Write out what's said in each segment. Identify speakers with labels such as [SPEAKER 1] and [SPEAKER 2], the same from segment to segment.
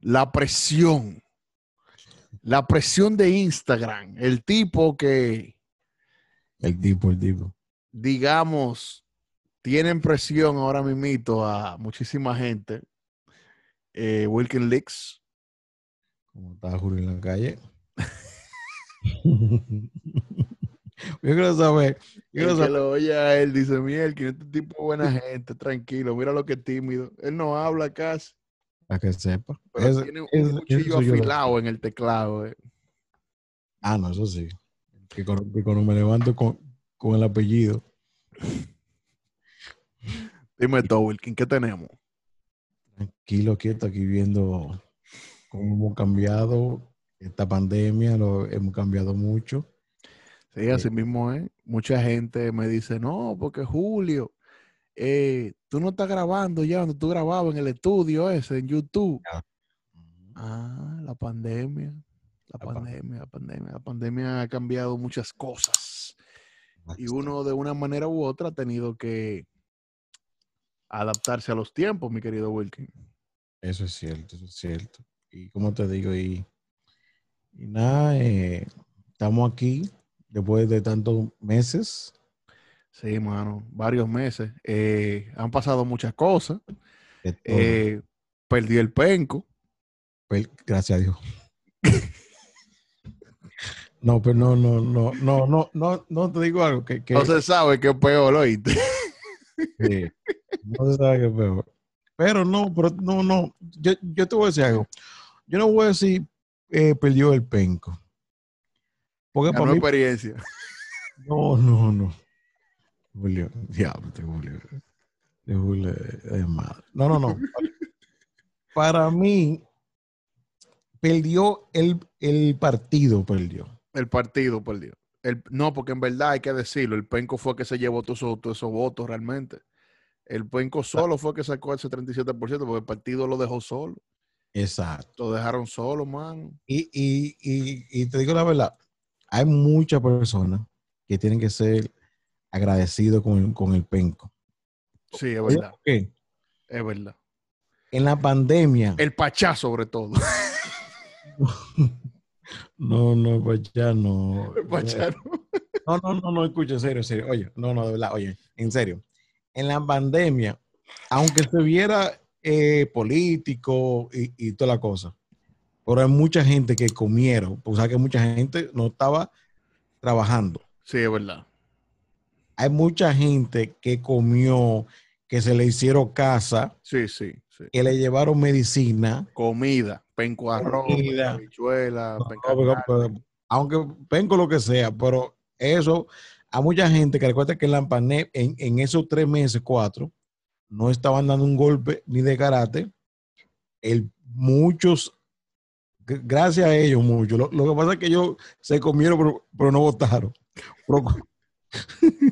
[SPEAKER 1] la presión, la presión de Instagram, el tipo que,
[SPEAKER 2] El tipo, el tipo.
[SPEAKER 1] digamos, tienen presión ahora mismito a muchísima gente, eh, Wilkin Leaks,
[SPEAKER 2] Como está Julio en la calle. yo quiero saber. Yo quiero
[SPEAKER 1] el que
[SPEAKER 2] saber.
[SPEAKER 1] lo oye a él, dice, miel, que este tipo es buena gente, tranquilo, mira lo que tímido, él no habla casi,
[SPEAKER 2] Para que sepa.
[SPEAKER 1] pero
[SPEAKER 2] Ese-
[SPEAKER 1] tiene un
[SPEAKER 2] ese-
[SPEAKER 1] cuchillo
[SPEAKER 2] eso yo lo-
[SPEAKER 1] afilado en el teclado. eh.
[SPEAKER 2] Ah, no, eso sí. Que cuando, que cuando me levanto con, con el apellido.
[SPEAKER 1] Dime todo, Wilkin, ¿qué tenemos?
[SPEAKER 2] Tranquilo, quieto, aquí viendo cómo hemos cambiado. Esta pandemia lo hemos cambiado mucho.
[SPEAKER 1] Sí, así mismo es. Mucha gente me dice, no, porque Julio, eh, tú no estás grabando ya donde tú grababas en el estudio ese, en YouTube. Ah, la pandemia, la
[SPEAKER 2] La pa-
[SPEAKER 1] pandemia, la pandemia. La pandemia ha cambiado muchas cosas. Y uno de una manera u otra ha tenido que adaptarse a los tiempos, mi querido Wilkin.
[SPEAKER 2] Eso es cierto, eso es cierto. Y como te digo, y, y nada, eh, estamos aquí después de tantos meses.
[SPEAKER 1] Sí, mano, varios meses. Eh, han pasado muchas cosas.
[SPEAKER 2] de todo.
[SPEAKER 1] Eh, perdí el penco.
[SPEAKER 2] Pues, gracias a Dios. No, pero no, no, no, no, no, no, no te digo algo que, que-
[SPEAKER 1] No se sabe qué es peor, ¿oíste?
[SPEAKER 2] que no se sabe qué es peor. Pero no, pero no, no. Yo, yo te voy a decir algo. Yo no voy a decir eh, perdió el penco. Porque
[SPEAKER 1] Ganó
[SPEAKER 2] para mí
[SPEAKER 1] experiencia.
[SPEAKER 2] No, no, no. Julio, diablo, este Julio. Este Julio es- es madre. No, no, no. Para mí, perdió el, el partido, perdió.
[SPEAKER 1] El partido perdió. El, no, porque en verdad hay que decirlo, el Penco fue que se llevó todos esos, todos esos votos realmente. El
[SPEAKER 2] Ah.
[SPEAKER 1] Penco solo fue que sacó ese 37%, porque el partido lo dejó solo.
[SPEAKER 2] Exacto.
[SPEAKER 1] Lo dejaron solo, man.
[SPEAKER 2] Y, y, y, y te digo la verdad, hay muchas personas que tienen que ser agradecidos con, con el penco.
[SPEAKER 1] Sí, es verdad,
[SPEAKER 2] ¿Por qué?
[SPEAKER 1] es verdad.
[SPEAKER 2] En la pandemia.
[SPEAKER 1] El Pachá, sobre todo.
[SPEAKER 2] No, no, pues ya no.
[SPEAKER 1] El Pachá, ¿no?
[SPEAKER 2] No, no, no, no, escucha, en serio, en serio. Oye, no, no, de verdad, oye, en serio. En la pandemia, aunque se viera eh, político y, y toda la cosa, pero hay mucha gente que comieron, pues sabes que mucha gente no estaba trabajando.
[SPEAKER 1] Sí, es verdad.
[SPEAKER 2] Hay mucha gente que comió, que se le hicieron casa,
[SPEAKER 1] Sí, sí, sí.
[SPEAKER 2] que le llevaron medicina.
[SPEAKER 1] Comida, penco arroz,
[SPEAKER 2] Comida.
[SPEAKER 1] habichuela, penco
[SPEAKER 2] No, porque- pero- aunque vengo lo que sea, pero eso, a mucha gente que recuerda que en la pane- en, en esos tres meses, cuatro, no estaban dando un golpe ni de karate. El, muchos, gr- gracias a ellos, muchos. Lo, lo que pasa es que ellos se comieron, pero, pero no votaron. Pero, cu-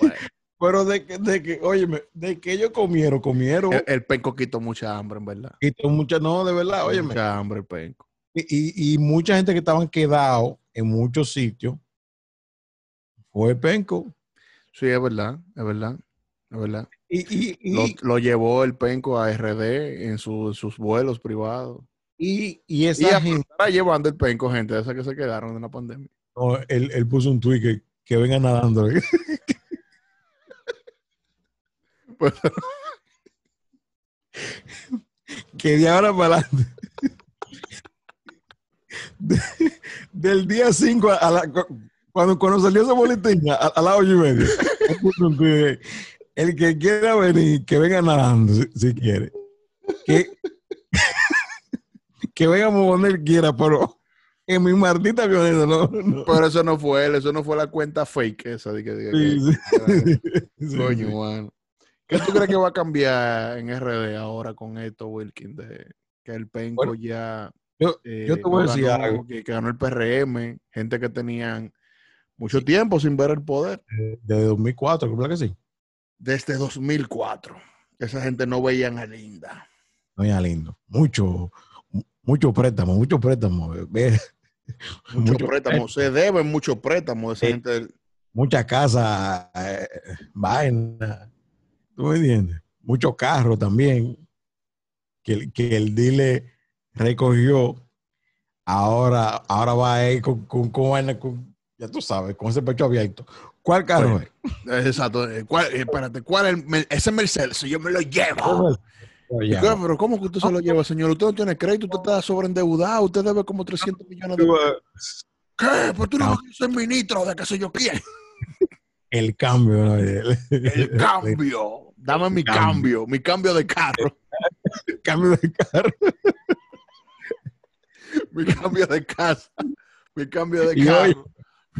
[SPEAKER 1] Bueno.
[SPEAKER 2] pero de, que, de que, óyeme, de que ellos comieron, comieron.
[SPEAKER 1] El, el Penco quitó mucha hambre, en verdad.
[SPEAKER 2] Y mucha, no, de verdad, óyeme.
[SPEAKER 1] Mucha hambre el Penco.
[SPEAKER 2] Y, y- y mucha gente que estaban quedados en muchos sitios fue el penco.
[SPEAKER 1] Sí, es verdad, es verdad, es verdad.
[SPEAKER 2] Y, y, y,
[SPEAKER 1] Lo, lo llevó el penco a RD en, su- en sus vuelos privados.
[SPEAKER 2] y- y
[SPEAKER 1] Y
[SPEAKER 2] esa
[SPEAKER 1] a-
[SPEAKER 2] gente,
[SPEAKER 1] estará llevando el penco gente de esas que se quedaron en la pandemia.
[SPEAKER 2] no, él, él puso un tweet que, que vengan nadando.
[SPEAKER 1] Pues-
[SPEAKER 2] que de ahora para adelante. De- del día 5 a, a la- cu- cuando, cuando salió esa boletín a, a las 8 y media, él puso un tweet de, el que quiera venir, que venga nadando si, si quiere. Que, que venga por donde él quiera, pero en mi maldita avioneta, no. no.
[SPEAKER 1] Pero eso no fue él, eso no fue la cuenta fake esa. de que- de que-
[SPEAKER 2] Sí, sí,
[SPEAKER 1] que-
[SPEAKER 2] sí, sí,
[SPEAKER 1] Coño,
[SPEAKER 2] sí.
[SPEAKER 1] mano. ¿Qué tú crees que va a cambiar en RD ahora con esto, Wilkin? De, que el penco
[SPEAKER 2] Bueno,
[SPEAKER 1] ya.
[SPEAKER 2] yo-
[SPEAKER 1] eh,
[SPEAKER 2] yo te
[SPEAKER 1] no
[SPEAKER 2] voy a decir
[SPEAKER 1] ganó,
[SPEAKER 2] algo.
[SPEAKER 1] Que, que ganó el PRM, gente que tenían mucho tiempo sin ver el poder.
[SPEAKER 2] Desde 2004, ¿verdad que sí?
[SPEAKER 1] desde 2004. Esa gente no veían a Linda.
[SPEAKER 2] Doña Lindo. Mucho, mu- mucho préstamo, mucho préstamo. eh, Ve-
[SPEAKER 1] Muchos
[SPEAKER 2] mucho-
[SPEAKER 1] préstamos. Se deben muchos préstamos. Esa
[SPEAKER 2] Sí.
[SPEAKER 1] gente.
[SPEAKER 2] Mucha casa, eh, vaina. ¿Tú me entiendes? Mucho carro también. que, el- que el dile recogió, ahora, ahora va a ir con, con, con vaina, con- ya tú sabes, con ese pecho abierto. ¿Cuál carro
[SPEAKER 1] Bueno. Exacto. eh, ¿Cuál, eh, espérate, ¿cuál es el mer- ese Mercedes? Si yo me lo llevo.
[SPEAKER 2] es? Oye,
[SPEAKER 1] Y claro, pero ¿cómo que usted se lo lleva, señor? Usted no tiene crédito, usted está sobreendeudado, usted debe como 300 millones de...
[SPEAKER 2] tú, eh,
[SPEAKER 1] ¿Qué? Pues tú no
[SPEAKER 2] No.
[SPEAKER 1] vas a ser ministro de qué sé yo quién.
[SPEAKER 2] El cambio, ¿no? el,
[SPEAKER 1] El cambio. Dame mi
[SPEAKER 2] Cambio.
[SPEAKER 1] cambio, mi cambio de carro.
[SPEAKER 2] el cambio de carro.
[SPEAKER 1] mi cambio de casa, mi cambio de
[SPEAKER 2] Y hoy-
[SPEAKER 1] carro,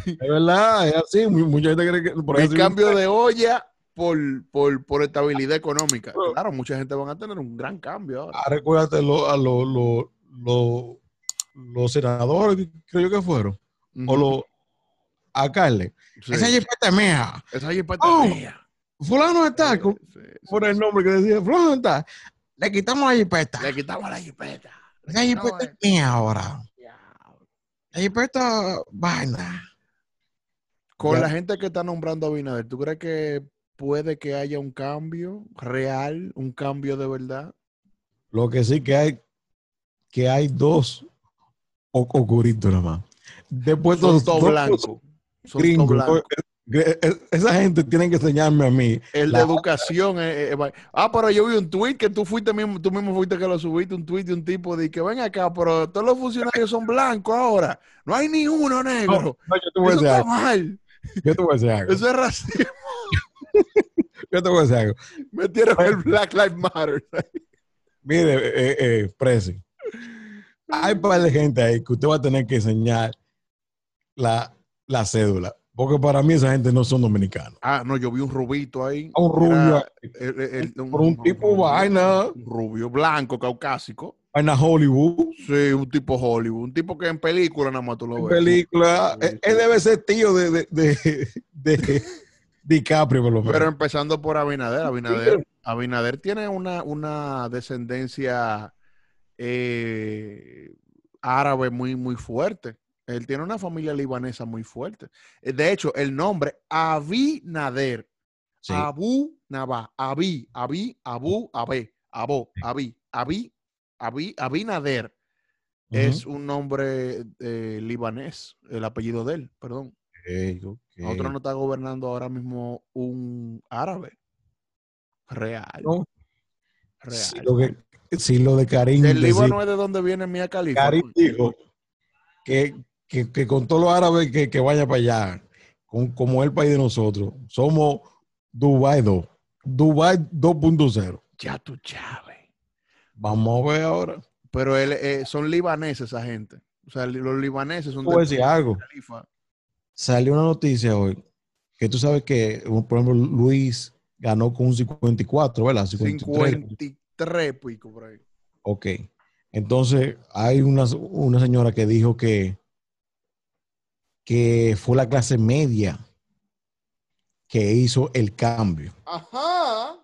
[SPEAKER 2] Es verdad, es así. mu- Mucha gente cree que por
[SPEAKER 1] mi
[SPEAKER 2] eso-
[SPEAKER 1] cambio de olla por, por, por estabilidad económica. Claro, mucha gente van a tener un gran cambio ahora.
[SPEAKER 2] Ah, recuérdate lo- a lo- lo- lo- los senadores, que creo yo que fueron, o los alcaldes.
[SPEAKER 1] Sí.
[SPEAKER 2] Esa jipeta es mía.
[SPEAKER 1] Esa jipeta
[SPEAKER 2] Oh,
[SPEAKER 1] mía.
[SPEAKER 2] Fulano está,
[SPEAKER 1] Eh, Sí,
[SPEAKER 2] con-
[SPEAKER 1] sí, sí.
[SPEAKER 2] por el nombre que decía, Fulano está. Le quitamos la jipeta.
[SPEAKER 1] Le quitamos la jipeta.
[SPEAKER 2] Esa jipeta es mía ahora. La jipeta, vaina.
[SPEAKER 1] Con
[SPEAKER 2] Ya.
[SPEAKER 1] la gente que está nombrando a Binader, ¿tú crees que puede que haya un cambio real, un cambio de verdad?
[SPEAKER 2] Lo que sí que hay, que hay dos o- ocuritos nada más. Después
[SPEAKER 1] Son
[SPEAKER 2] dos,
[SPEAKER 1] todo
[SPEAKER 2] dos
[SPEAKER 1] blanco. Son todo
[SPEAKER 2] gringos.
[SPEAKER 1] blanco.
[SPEAKER 2] Eh, eh, Esa gente tiene que enseñarme a mí.
[SPEAKER 1] Pues, El
[SPEAKER 2] La-
[SPEAKER 1] de educación. eh, eh, va- ah, pero yo vi un tweet que tú fuiste mismo, tú mismo fuiste que lo subiste, un tweet de un tipo de que ven acá, pero todos los funcionarios son blancos ahora. No hay ni uno negro.
[SPEAKER 2] No, yo te voy a
[SPEAKER 1] Eso
[SPEAKER 2] decir
[SPEAKER 1] está
[SPEAKER 2] algo.
[SPEAKER 1] mal.
[SPEAKER 2] Yo te voy a decir algo.
[SPEAKER 1] Eso es racismo.
[SPEAKER 2] Yo te voy a decir algo.
[SPEAKER 1] Metieron el Black Lives Matter.
[SPEAKER 2] Mire, eh, eh, Prezi, hay un par de gente ahí que usted va a tener que enseñar la, la cédula. Porque para mí esa gente no son dominicanos.
[SPEAKER 1] Ah, no, yo vi un rubito ahí.
[SPEAKER 2] A un rubio,
[SPEAKER 1] Era el- el- el-
[SPEAKER 2] Por Oh, un tipo vaina.
[SPEAKER 1] Un rubio blanco, caucásico.
[SPEAKER 2] vaina Hollywood,
[SPEAKER 1] Sí, un tipo Hollywood. Un tipo que en película nada más tú lo
[SPEAKER 2] en
[SPEAKER 1] ves.
[SPEAKER 2] película.
[SPEAKER 1] Sí,
[SPEAKER 2] Él él debe ser tío de, de, de, de DiCaprio, por lo menos.
[SPEAKER 1] Pero empezando por Abinader, Abinader, Abinader tiene una, una descendencia eh, árabe muy, muy fuerte. Él tiene una familia libanesa muy fuerte. Eh, De hecho, el nombre Abinader,
[SPEAKER 2] Sí.
[SPEAKER 1] Abu Nabá, Abi, Abi, Abu, Abe, Abo, Abi, Abi, Abi, Abinader
[SPEAKER 2] Ujú.
[SPEAKER 1] es un nombre eh, libanés, el apellido de él, perdón.
[SPEAKER 2] Ok, ok.
[SPEAKER 1] Nosotros no está gobernando ahora mismo un árabe. Real.
[SPEAKER 2] No.
[SPEAKER 1] Real.
[SPEAKER 2] Si lo, que, si lo de Karim.
[SPEAKER 1] Del
[SPEAKER 2] decía-
[SPEAKER 1] Líbano es de donde viene Mia Khalifa.
[SPEAKER 2] Karim
[SPEAKER 1] ¿no?
[SPEAKER 2] dijo que, que, que con todos los árabes que, que vaya para allá, con- como el país de nosotros, somos Dubai 2, Dubai 2.0.
[SPEAKER 1] Ya tú sabes.
[SPEAKER 2] Vamos a ver ahora.
[SPEAKER 1] Pero él, eh, son libaneses esa gente. O sea, li- los libaneses son
[SPEAKER 2] Te voy a decir algo.
[SPEAKER 1] Khalifa.
[SPEAKER 2] Salió una noticia hoy que tú sabes que, por ejemplo, Luis ganó con un 54, ¿verdad? 53.
[SPEAKER 1] 53 pico por ahí.
[SPEAKER 2] Ok. Entonces, hay una, una señora que dijo que, que fue la clase media que hizo el cambio.
[SPEAKER 1] Ajá.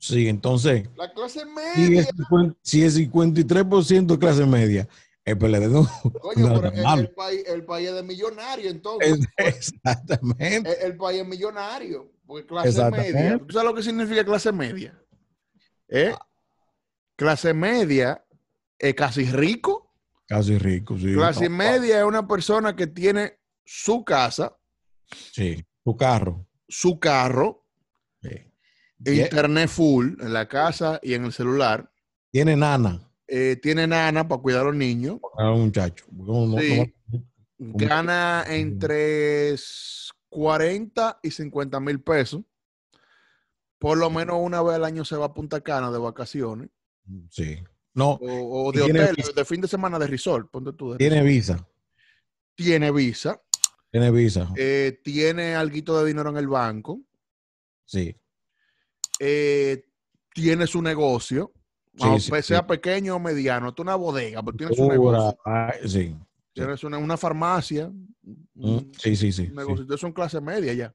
[SPEAKER 2] Sí, entonces,
[SPEAKER 1] La clase
[SPEAKER 2] si es, 50 si es 53% de clase media, el PLD no. no está mal.
[SPEAKER 1] país, el país es de millonario, entonces.
[SPEAKER 2] Es- exactamente.
[SPEAKER 1] el, el país es millonario. Porque clase
[SPEAKER 2] Exactamente.
[SPEAKER 1] media. ¿Tú sabes lo que significa clase media? ¿Eh?
[SPEAKER 2] Ah.
[SPEAKER 1] Clase media es casi rico.
[SPEAKER 2] Casi rico, sí.
[SPEAKER 1] Clase
[SPEAKER 2] No,
[SPEAKER 1] media es una persona que tiene su casa,
[SPEAKER 2] Sí, tu carro.
[SPEAKER 1] su carro,
[SPEAKER 2] sí. Tie-
[SPEAKER 1] internet full en la casa y en el celular.
[SPEAKER 2] Tiene nana.
[SPEAKER 1] Eh, tiene nana para cuidar a los niños.
[SPEAKER 2] para un muchacho. No, no-
[SPEAKER 1] Sí.
[SPEAKER 2] no-
[SPEAKER 1] Gana entre 40 y 50 mil pesos. Por lo menos una vez al año se va a Punta Cana de vacaciones.
[SPEAKER 2] sí. No,
[SPEAKER 1] O, o
[SPEAKER 2] Y
[SPEAKER 1] de
[SPEAKER 2] tiene
[SPEAKER 1] hotel,
[SPEAKER 2] visa.
[SPEAKER 1] de fin de semana de resort, ponte tú. de
[SPEAKER 2] tiene
[SPEAKER 1] resort.
[SPEAKER 2] visa.
[SPEAKER 1] Tiene visa,
[SPEAKER 2] Tiene visa.
[SPEAKER 1] eh, tiene alguito de dinero en el banco,
[SPEAKER 2] Sí.
[SPEAKER 1] eh, tiene su negocio,
[SPEAKER 2] Sí,
[SPEAKER 1] aunque
[SPEAKER 2] sí,
[SPEAKER 1] sea
[SPEAKER 2] sí.
[SPEAKER 1] pequeño o mediano, esto es una bodega, pero tiene su
[SPEAKER 2] Obra,
[SPEAKER 1] negocio.
[SPEAKER 2] ay, sí.
[SPEAKER 1] Tiene su ne- una farmacia,
[SPEAKER 2] Mm,
[SPEAKER 1] un
[SPEAKER 2] Sí, sí, sí. sí.
[SPEAKER 1] negocio. Entonces son clase media ya.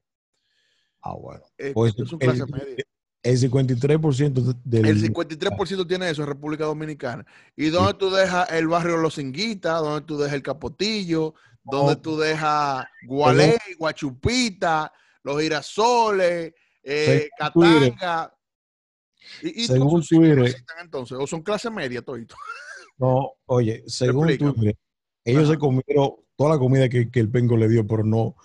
[SPEAKER 2] Ah, bueno.
[SPEAKER 1] Eh,
[SPEAKER 2] Pues,
[SPEAKER 1] entonces son
[SPEAKER 2] el-
[SPEAKER 1] clase media.
[SPEAKER 2] El 53% de- del.
[SPEAKER 1] El 53% tiene eso en República Dominicana. ¿Y dónde tú dejas el barrio Los Cinguitas? ¿Dónde tú dejas el Capotillo? ¿Dónde
[SPEAKER 2] No.
[SPEAKER 1] tú dejas Gualey, Guachupita, Los Girasoles, eh,
[SPEAKER 2] Twitter.
[SPEAKER 1] Catanga? ¿Y, y
[SPEAKER 2] Según
[SPEAKER 1] entonces, sí
[SPEAKER 2] Twitter-
[SPEAKER 1] necesitan entonces? ¿O son clase media todito?
[SPEAKER 2] No, oye, según
[SPEAKER 1] Explícame.
[SPEAKER 2] Twitter, ellos
[SPEAKER 1] Ajá.
[SPEAKER 2] se comieron toda la comida que, que el penco le dio, pero no,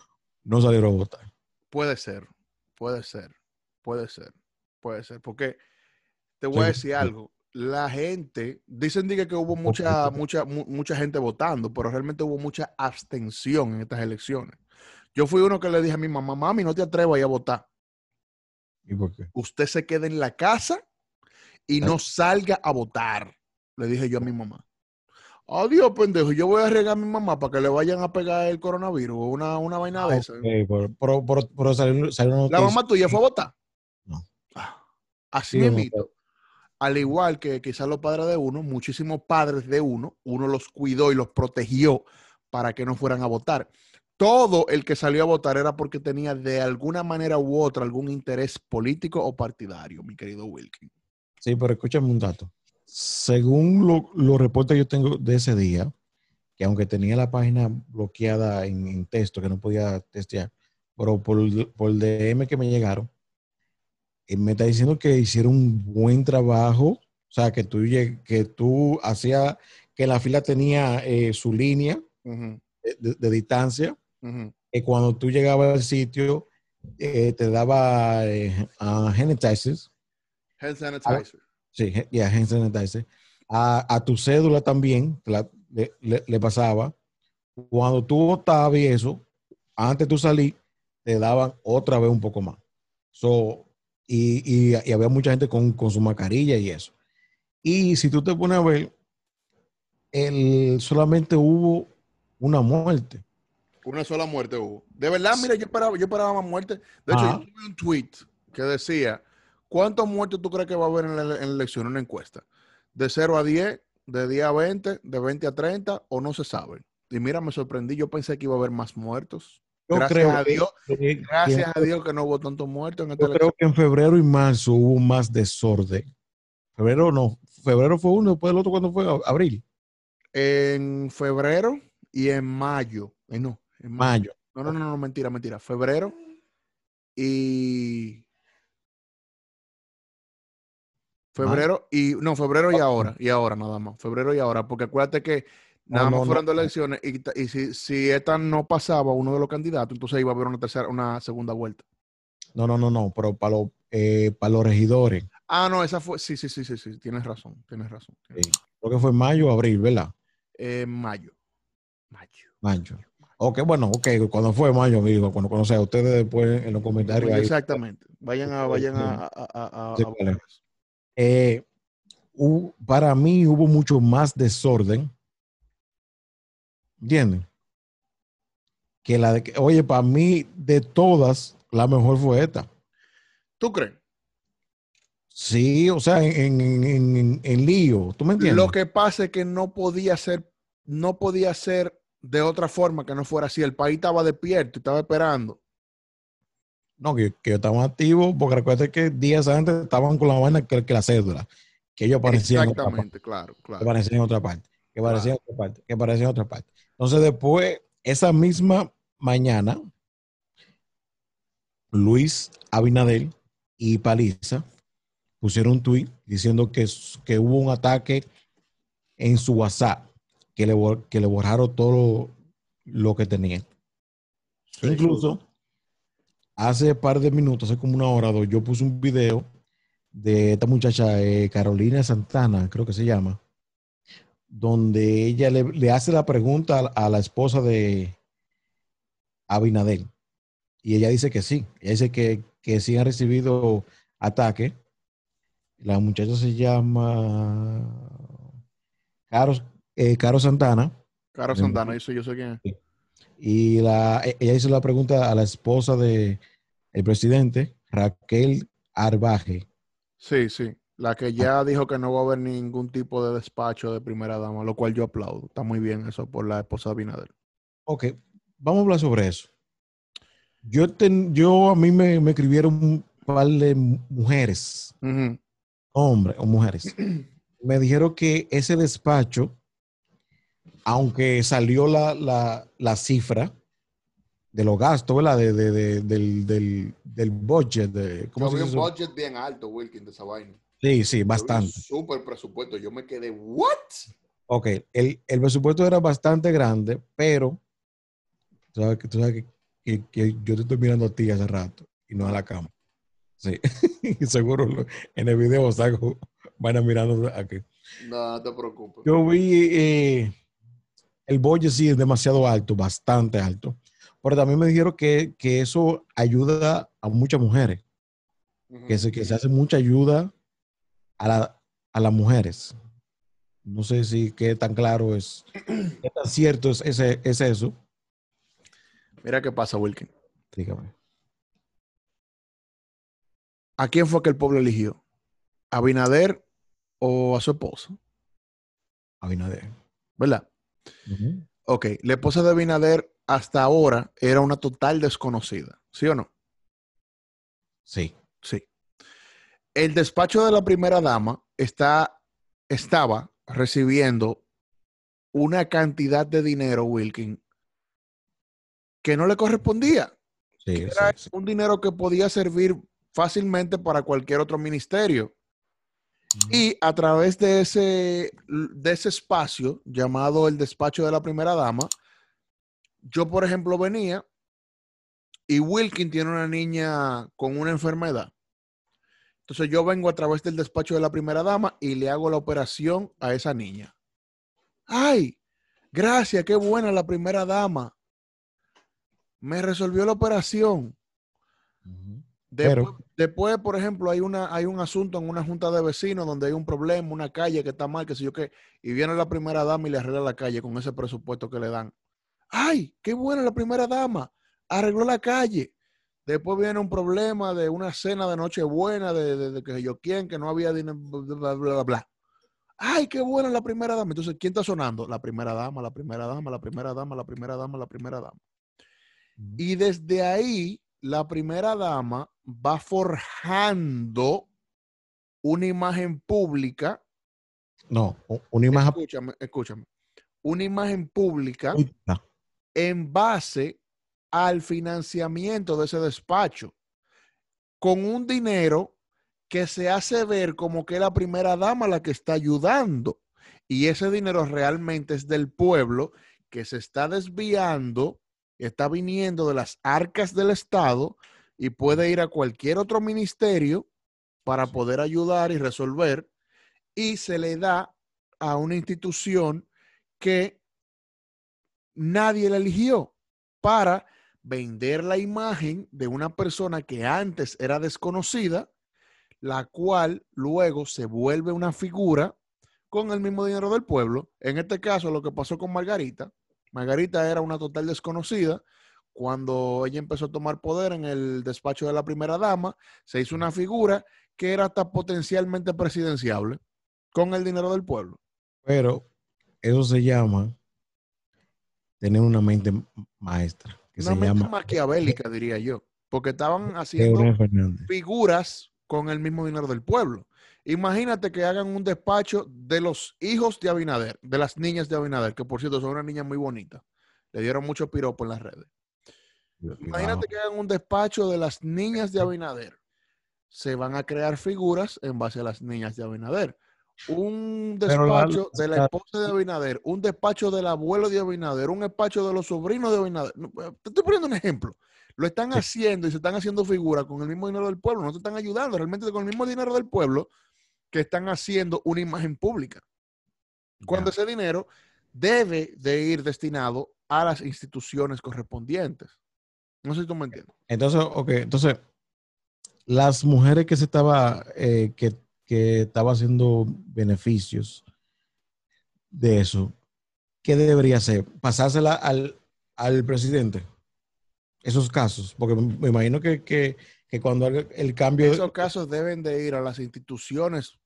[SPEAKER 2] no salieron a votar.
[SPEAKER 1] Puede ser, puede ser, puede ser, puede ser. Porque te voy a
[SPEAKER 2] Sí.
[SPEAKER 1] decir algo. La gente, dicen diga que hubo mucha, mucha, mu- mucha gente votando, pero realmente hubo mucha abstención en estas elecciones. Yo fui uno que le dije a mi mamá, mami, no te atrevas a ir a votar.
[SPEAKER 2] ¿Y por qué?
[SPEAKER 1] Usted se quede en la casa y no salga a votar. Le dije yo a mi mamá. Adiós, pendejo. Yo voy a regar a mi mamá para que le vayan a pegar el coronavirus o una, una vaina de esa.
[SPEAKER 2] Ah, Ok, pero, pero, pero- pero salieron, salieron
[SPEAKER 1] ¿La
[SPEAKER 2] noticias.
[SPEAKER 1] mamá tuya fue a votar?
[SPEAKER 2] No.
[SPEAKER 1] Ah, Así
[SPEAKER 2] Sí, no,
[SPEAKER 1] mismito. Al igual que quizás los padres de uno, muchísimos padres de uno, uno los cuidó y los protegió para que no fueran a votar. Todo el que salió a votar era porque tenía de alguna manera u otra algún interés político o partidario, mi querido Wilkin.
[SPEAKER 2] Sí, pero escúchame un dato. Según lo- los reportes que yo tengo de ese día, que aunque tenía la página bloqueada en, en texto, que no podía testear, pero por, por el DM que me llegaron, eh, me está diciendo que hicieron un buen trabajo, o sea, que tú, lleg- que tú hacías, que la fila tenía eh, su línea
[SPEAKER 1] Ujú,
[SPEAKER 2] eh, de, de distancia,
[SPEAKER 1] ujú.
[SPEAKER 2] que cuando tú llegabas al sitio, eh, te daba eh, ah, hand sanitizers,
[SPEAKER 1] Hand sanitizer.
[SPEAKER 2] Sí, ge- y a hand sanitizer. A, a tu cédula también te la- le, le- le pasaba. Cuando tú votabas y eso, antes tú salí, te daban otra vez un poco más. So, y, y- y había mucha gente con, con su mascarilla y eso. Y si tú te pones a ver, el, solamente hubo una muerte.
[SPEAKER 1] Una sola muerte hubo. De verdad, mira, yo esperaba, yo esperaba más muerte. De hecho,
[SPEAKER 2] Ah.
[SPEAKER 1] yo tuve un tweet que decía, ¿cuántos muertos tú crees que va a haber en la, en la elección? Una encuesta. De 0 a 10, de 10 a 20, de 20 a 30, o no se sabe. Y mira, me sorprendí. Yo pensé que iba a haber más muertos.
[SPEAKER 2] Yo
[SPEAKER 1] Gracias
[SPEAKER 2] creo
[SPEAKER 1] a
[SPEAKER 2] que-
[SPEAKER 1] Dios.
[SPEAKER 2] que-
[SPEAKER 1] Gracias a Dios que no hubo tantos muertos en esta
[SPEAKER 2] Yo creo
[SPEAKER 1] elección.
[SPEAKER 2] que en febrero y marzo hubo más desorden. Febrero no, febrero fue uno, después el otro cuando fue abril.
[SPEAKER 1] En febrero y en mayo. Eh, no, en mayo.
[SPEAKER 2] mayo.
[SPEAKER 1] No, no, no, no, mentira, mentira. Febrero y. Febrero y. No, febrero y ahora. Y ahora nada más. Febrero y ahora. Porque acuérdate que
[SPEAKER 2] No,
[SPEAKER 1] nada
[SPEAKER 2] no,
[SPEAKER 1] más fueron
[SPEAKER 2] no.
[SPEAKER 1] dos elecciones y, ta- y si, si esta no pasaba uno de los candidatos, entonces iba a haber una tercera, una segunda vuelta.
[SPEAKER 2] No, no, no, no, pero para los, eh, para los regidores,
[SPEAKER 1] Ah, no, esa fue. Sí, sí, sí, sí, sí. Tienes razón. Tienes razón. tienes
[SPEAKER 2] Sí. creo que fue mayo o abril, ¿verdad?
[SPEAKER 1] razón. Eh, mayo. Mayo.
[SPEAKER 2] Mayo. Ok, bueno, ok, cuando fue mayo, amigo, cuando conocen ustedes después en los comentarios. ahí.
[SPEAKER 1] Exactamente. Vayan a, vayan a, a, a- a-
[SPEAKER 2] Sí,
[SPEAKER 1] a buscar
[SPEAKER 2] vale.
[SPEAKER 1] eso.
[SPEAKER 2] Eh, hu- para mí hubo mucho más desorden, ¿entienden? Que la de que, oye, para mí de todas, la mejor fue esta.
[SPEAKER 1] ¿Tú crees?
[SPEAKER 2] Sí, o sea, en, en- en- en- en lío, ¿tú me entiendes?
[SPEAKER 1] Lo que pasa es que no podía ser, no podía ser de otra forma que no fuera así. El país estaba despierto, y estaba esperando.
[SPEAKER 2] No, que, que estaban activos, porque recuerda que días antes estaban con la vaina que, que la cédula, que ellos aparecían en otra parte,
[SPEAKER 1] Exactamente, claro,
[SPEAKER 2] que
[SPEAKER 1] claro.
[SPEAKER 2] aparecían en otra parte, que aparecían en otra parte, que aparecían en otra parte. Entonces después, esa misma mañana, Luis Abinadel y Paliza pusieron un tuit diciendo que, s- que hubo un ataque en su WhatsApp, que le, bor- que le borraron todo lo, lo que tenía.
[SPEAKER 1] Sí.
[SPEAKER 2] Incluso hace par de minutos, hace como una hora o dos, yo puse un video de esta muchacha, eh, Carolina Santana, creo que se llama, donde ella le, le hace la pregunta a, la- a la esposa de Abinadel. Y ella dice que sí, ella dice que, que sí han recibido ataque. La muchacha se llama Caro, eh, Caro Santana.
[SPEAKER 1] Caro
[SPEAKER 2] Me
[SPEAKER 1] Santana, yo sé, yo sé quién es.
[SPEAKER 2] Y la, e- ella hizo la pregunta a la esposa de el presidente, Raquel Arbaje.
[SPEAKER 1] Sí, sí. La que
[SPEAKER 2] Ah.
[SPEAKER 1] ya dijo que no va a haber ningún tipo de despacho de primera dama, lo cual yo aplaudo. Está muy bien eso por la esposa de Abinader.
[SPEAKER 2] Ok, vamos a hablar sobre eso. Yo, ten- yo a mí me, me escribieron un par de mu- mujeres,
[SPEAKER 1] Ujú.
[SPEAKER 2] hombres o mujeres. Me dijeron que ese despacho, aunque salió la, la- la cifra de los gastos, ¿verdad? De, de- de- del, del, del budget, de,
[SPEAKER 1] Que
[SPEAKER 2] ¿cómo se
[SPEAKER 1] había
[SPEAKER 2] dice eso?
[SPEAKER 1] budget bien alto, Wilkin, de esa vaina.
[SPEAKER 2] Sí, sí, bastante.
[SPEAKER 3] Súper presupuesto. Yo me quedé, ¿what?
[SPEAKER 2] Ok, el, el presupuesto era bastante grande, pero tú sabes, que, tú sabes que, que- que yo te estoy mirando a ti hace rato y no a la cama. Sí, Y seguro lo- en el video saco, van a mirando aquí.
[SPEAKER 3] No, no te preocupes.
[SPEAKER 2] Yo vi eh, el bolle sí es demasiado alto, bastante alto, pero también me dijeron que, que eso ayuda a muchas mujeres,
[SPEAKER 3] Ujú.
[SPEAKER 2] que se, que se hace mucha ayuda a, la- a las mujeres. No sé si qué tan claro es, qué tan cierto es, ese, es eso.
[SPEAKER 1] Mira qué pasa, Wilkin.
[SPEAKER 2] Dígame.
[SPEAKER 1] ¿A quién fue que el pueblo eligió? ¿A Binader o a su esposo?
[SPEAKER 2] Abinader.
[SPEAKER 1] ¿Verdad?
[SPEAKER 2] Ujú.
[SPEAKER 1] Ok, la esposa de Binader hasta ahora era una total desconocida, ¿sí o no?
[SPEAKER 2] Sí.
[SPEAKER 1] Sí. El despacho de la primera dama está, estaba recibiendo una cantidad de dinero, Wilkin, que no le correspondía.
[SPEAKER 2] Sí, sí,
[SPEAKER 1] Era
[SPEAKER 2] sí.
[SPEAKER 1] un dinero que podía servir fácilmente para cualquier otro ministerio. Y a través de ese, de ese espacio llamado el despacho de la primera dama, yo, por ejemplo, venía y Wilkin tiene una niña con una enfermedad. Entonces yo vengo a través del despacho de la primera dama y le hago la operación a esa niña. ¡Ay! Gracias, qué buena la primera dama. Me resolvió la operación.
[SPEAKER 2] Ujú.
[SPEAKER 1] Después,
[SPEAKER 2] Pero-
[SPEAKER 1] después, por ejemplo, hay, una, hay un asunto en una junta de vecinos donde hay un problema, una calle que está mal, que sé yo qué, y viene la primera dama y le arregla la calle con ese presupuesto que le dan. ¡Ay, qué buena la primera dama! Arregló la calle. Después viene un problema de una cena de Nochebuena, de, de, de que yo quién, que no había dinero, bla, bla, bla, bla, bla. ¡Ay, qué buena la primera dama! Entonces, ¿quién está sonando? La primera dama, la primera dama, la primera dama, la primera dama, la primera dama. Y desde ahí, la primera dama va forjando una imagen pública.
[SPEAKER 2] No, u- una imagen.
[SPEAKER 1] Escúchame, escúchame. Una imagen pública
[SPEAKER 2] bonita.
[SPEAKER 1] en base al financiamiento de ese despacho, con un dinero que se hace ver como que es la primera dama la que está ayudando. Y ese dinero realmente es del pueblo que se está desviando, está viniendo de las arcas del Estado y puede ir a cualquier otro ministerio para poder ayudar y resolver. Y se le da a una institución que nadie la eligió para vender la imagen de una persona que antes era desconocida, la cual luego se vuelve una figura con el mismo dinero del pueblo. En este caso, lo que pasó con Margarita, Margarita era una total desconocida. Cuando ella empezó a tomar poder en el despacho de la primera dama, se hizo una figura que era hasta potencialmente presidenciable con el dinero del pueblo.
[SPEAKER 2] Pero eso se llama tener una mente maestra. Que
[SPEAKER 1] Una
[SPEAKER 2] se
[SPEAKER 1] mente
[SPEAKER 2] llama
[SPEAKER 1] maquiavélica, diría yo, porque estaban haciendo
[SPEAKER 2] Leonel Fernández.
[SPEAKER 1] figuras con el mismo dinero del pueblo. Imagínate que hagan un despacho de los hijos de Abinader, de las niñas de Abinader, que por cierto son una niña muy bonita. Le dieron mucho piropo en las redes.
[SPEAKER 2] Dios mío,
[SPEAKER 1] Imagínate
[SPEAKER 2] wow.
[SPEAKER 1] que hagan un despacho de las niñas de Abinader. Se van a crear figuras en base a las niñas de Abinader. Un
[SPEAKER 2] Pero la-
[SPEAKER 1] despacho de la
[SPEAKER 2] la-
[SPEAKER 1] esposa de Abinader, un despacho del abuelo de Abinader, un despacho de los sobrinos de Abinader. No, eh, Te estoy poniendo un ejemplo. Lo están
[SPEAKER 2] Sí.
[SPEAKER 1] haciendo y se están haciendo figuras con el mismo dinero del pueblo. No te están ayudando, realmente con el mismo dinero del pueblo que están haciendo una imagen pública cuando ese dinero debe de ir destinado a las instituciones correspondientes. No sé si tú me entiendes.
[SPEAKER 2] Entonces, ok, entonces, las mujeres que se estaba, eh, que, que estaba haciendo beneficios de eso, ¿qué debería hacer? ¿Pasársela al, al presidente? Esos casos, porque me me imagino que, que, que cuando haga el cambio
[SPEAKER 1] Esos casos deben de ir a las instituciones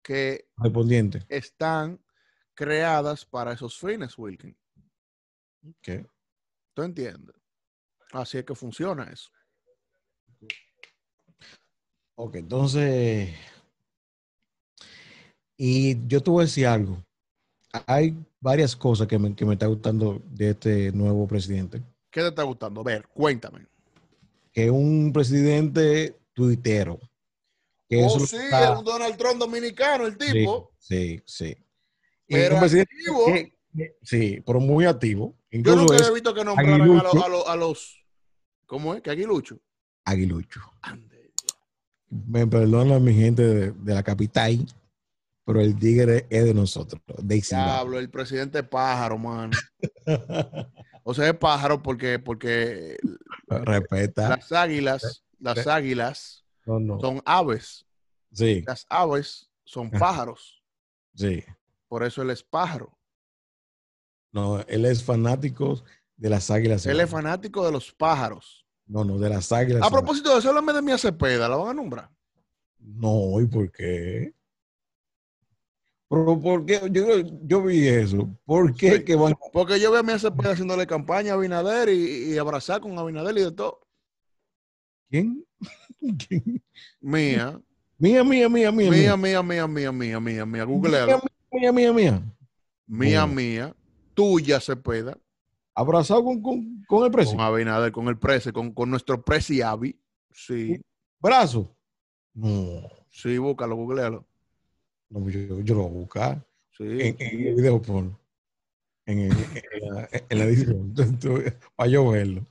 [SPEAKER 1] que
[SPEAKER 2] correspondiente.
[SPEAKER 1] están creadas para esos fines, Wilkin.
[SPEAKER 2] ok.
[SPEAKER 1] ¿Tú entiendes? Así es que funciona eso.
[SPEAKER 2] Ok, entonces, y yo te voy a decir algo. Hay varias cosas que me, que me está gustando de este nuevo presidente.
[SPEAKER 1] ¿Qué te está gustando? A ver, cuéntame.
[SPEAKER 2] Que es un presidente tuitero. Que eso
[SPEAKER 1] oh,
[SPEAKER 2] lo
[SPEAKER 1] sí,
[SPEAKER 2] está-
[SPEAKER 1] es un Donald Trump dominicano el
[SPEAKER 2] Sí, Eh,
[SPEAKER 1] tipo.
[SPEAKER 2] Sí, sí. Y
[SPEAKER 1] Pero
[SPEAKER 2] un presidente
[SPEAKER 1] activo.
[SPEAKER 2] que- que- sí, pero muy activo.
[SPEAKER 1] Yo
[SPEAKER 2] Incluso
[SPEAKER 1] nunca
[SPEAKER 2] es
[SPEAKER 1] he visto que nombraran a, los-
[SPEAKER 2] aguilucho.
[SPEAKER 1] a los- a los. ¿Cómo es? ¿Qué aguilucho?
[SPEAKER 2] aguilucho.
[SPEAKER 1] Ande.
[SPEAKER 2] Me perdona mi gente de, de la capital, pero el tigre es de nosotros, de Zimbabue.
[SPEAKER 1] Diablo, el presidente es pájaro, mano. O sea, es pájaro porque, porque
[SPEAKER 2] Respeta.
[SPEAKER 1] las águilas, las
[SPEAKER 2] Sí.
[SPEAKER 1] águilas
[SPEAKER 2] No, no.
[SPEAKER 1] son aves.
[SPEAKER 2] Sí,
[SPEAKER 1] Las aves son
[SPEAKER 2] Ajá.
[SPEAKER 1] pájaros.
[SPEAKER 2] sí.
[SPEAKER 1] Por eso él es pájaro.
[SPEAKER 2] No, él es fanático de las águilas.
[SPEAKER 1] Él es
[SPEAKER 2] Ciudadanas.
[SPEAKER 1] fanático de los pájaros.
[SPEAKER 2] No, no, de las águilas.
[SPEAKER 1] A propósito de eso, háblame de Mía Cepeda, la van a nombrar.
[SPEAKER 2] Ciudadanas. No, ¿y por qué? Pero, ¿por qué? Yo, yo vi eso. ¿Por qué
[SPEAKER 1] Sí.
[SPEAKER 2] que van
[SPEAKER 1] Porque yo veo a Mía Cepeda haciéndole campaña a Abinader y, y abrazar con Abinader y de todo.
[SPEAKER 2] ¿Quién? ¿Quién?
[SPEAKER 1] Mía,
[SPEAKER 2] Mía, mía, mía, mía.
[SPEAKER 1] mía, mía, mía, mía, mía, mía, mía,
[SPEAKER 2] mía,
[SPEAKER 1] googlealo.
[SPEAKER 2] mía, mía, mía.
[SPEAKER 1] Mía,
[SPEAKER 2] Mía.
[SPEAKER 1] mía, tuya Cepeda,
[SPEAKER 2] Abrazado con, con, con el precio.
[SPEAKER 1] con Abinader, con el prese, con, con nuestro presi y Abi. Sí,
[SPEAKER 2] Brazo. No,
[SPEAKER 1] sí, búscalo, googlealo.
[SPEAKER 2] no yo, yo lo voy a buscar
[SPEAKER 1] Sí.
[SPEAKER 2] en, en el video porno. En, el- en la, en la edición. Para yo verlo.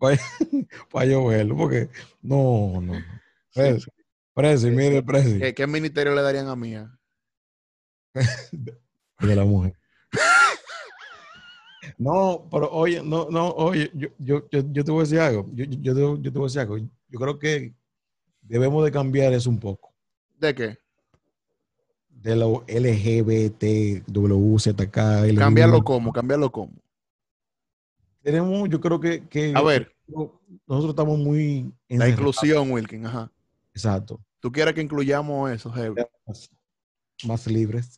[SPEAKER 2] Para, yo verlo. Porque, no, no. Presi, Presi, mire, Presi.
[SPEAKER 1] ¿Qué, qué ministerio le darían a Mía?
[SPEAKER 2] de la mujer. No, pero oye, no, no, oye, yo, yo, yo, yo te voy a decir algo. Yo, yo, yo te- yo te voy a decir algo. Yo creo que debemos de cambiar eso un poco.
[SPEAKER 1] ¿De qué?
[SPEAKER 2] De lo LGBT, WZK, LGBTQ.
[SPEAKER 1] Cambiarlo como, cambiarlo como.
[SPEAKER 2] Tenemos, yo creo que, que
[SPEAKER 1] A ver,
[SPEAKER 2] nosotros estamos muy
[SPEAKER 1] la
[SPEAKER 2] encerrados.
[SPEAKER 1] inclusión, Wilkin, ajá.
[SPEAKER 2] Exacto.
[SPEAKER 1] ¿Tú quieres que incluyamos eso, Heavy?
[SPEAKER 2] Más, más libres.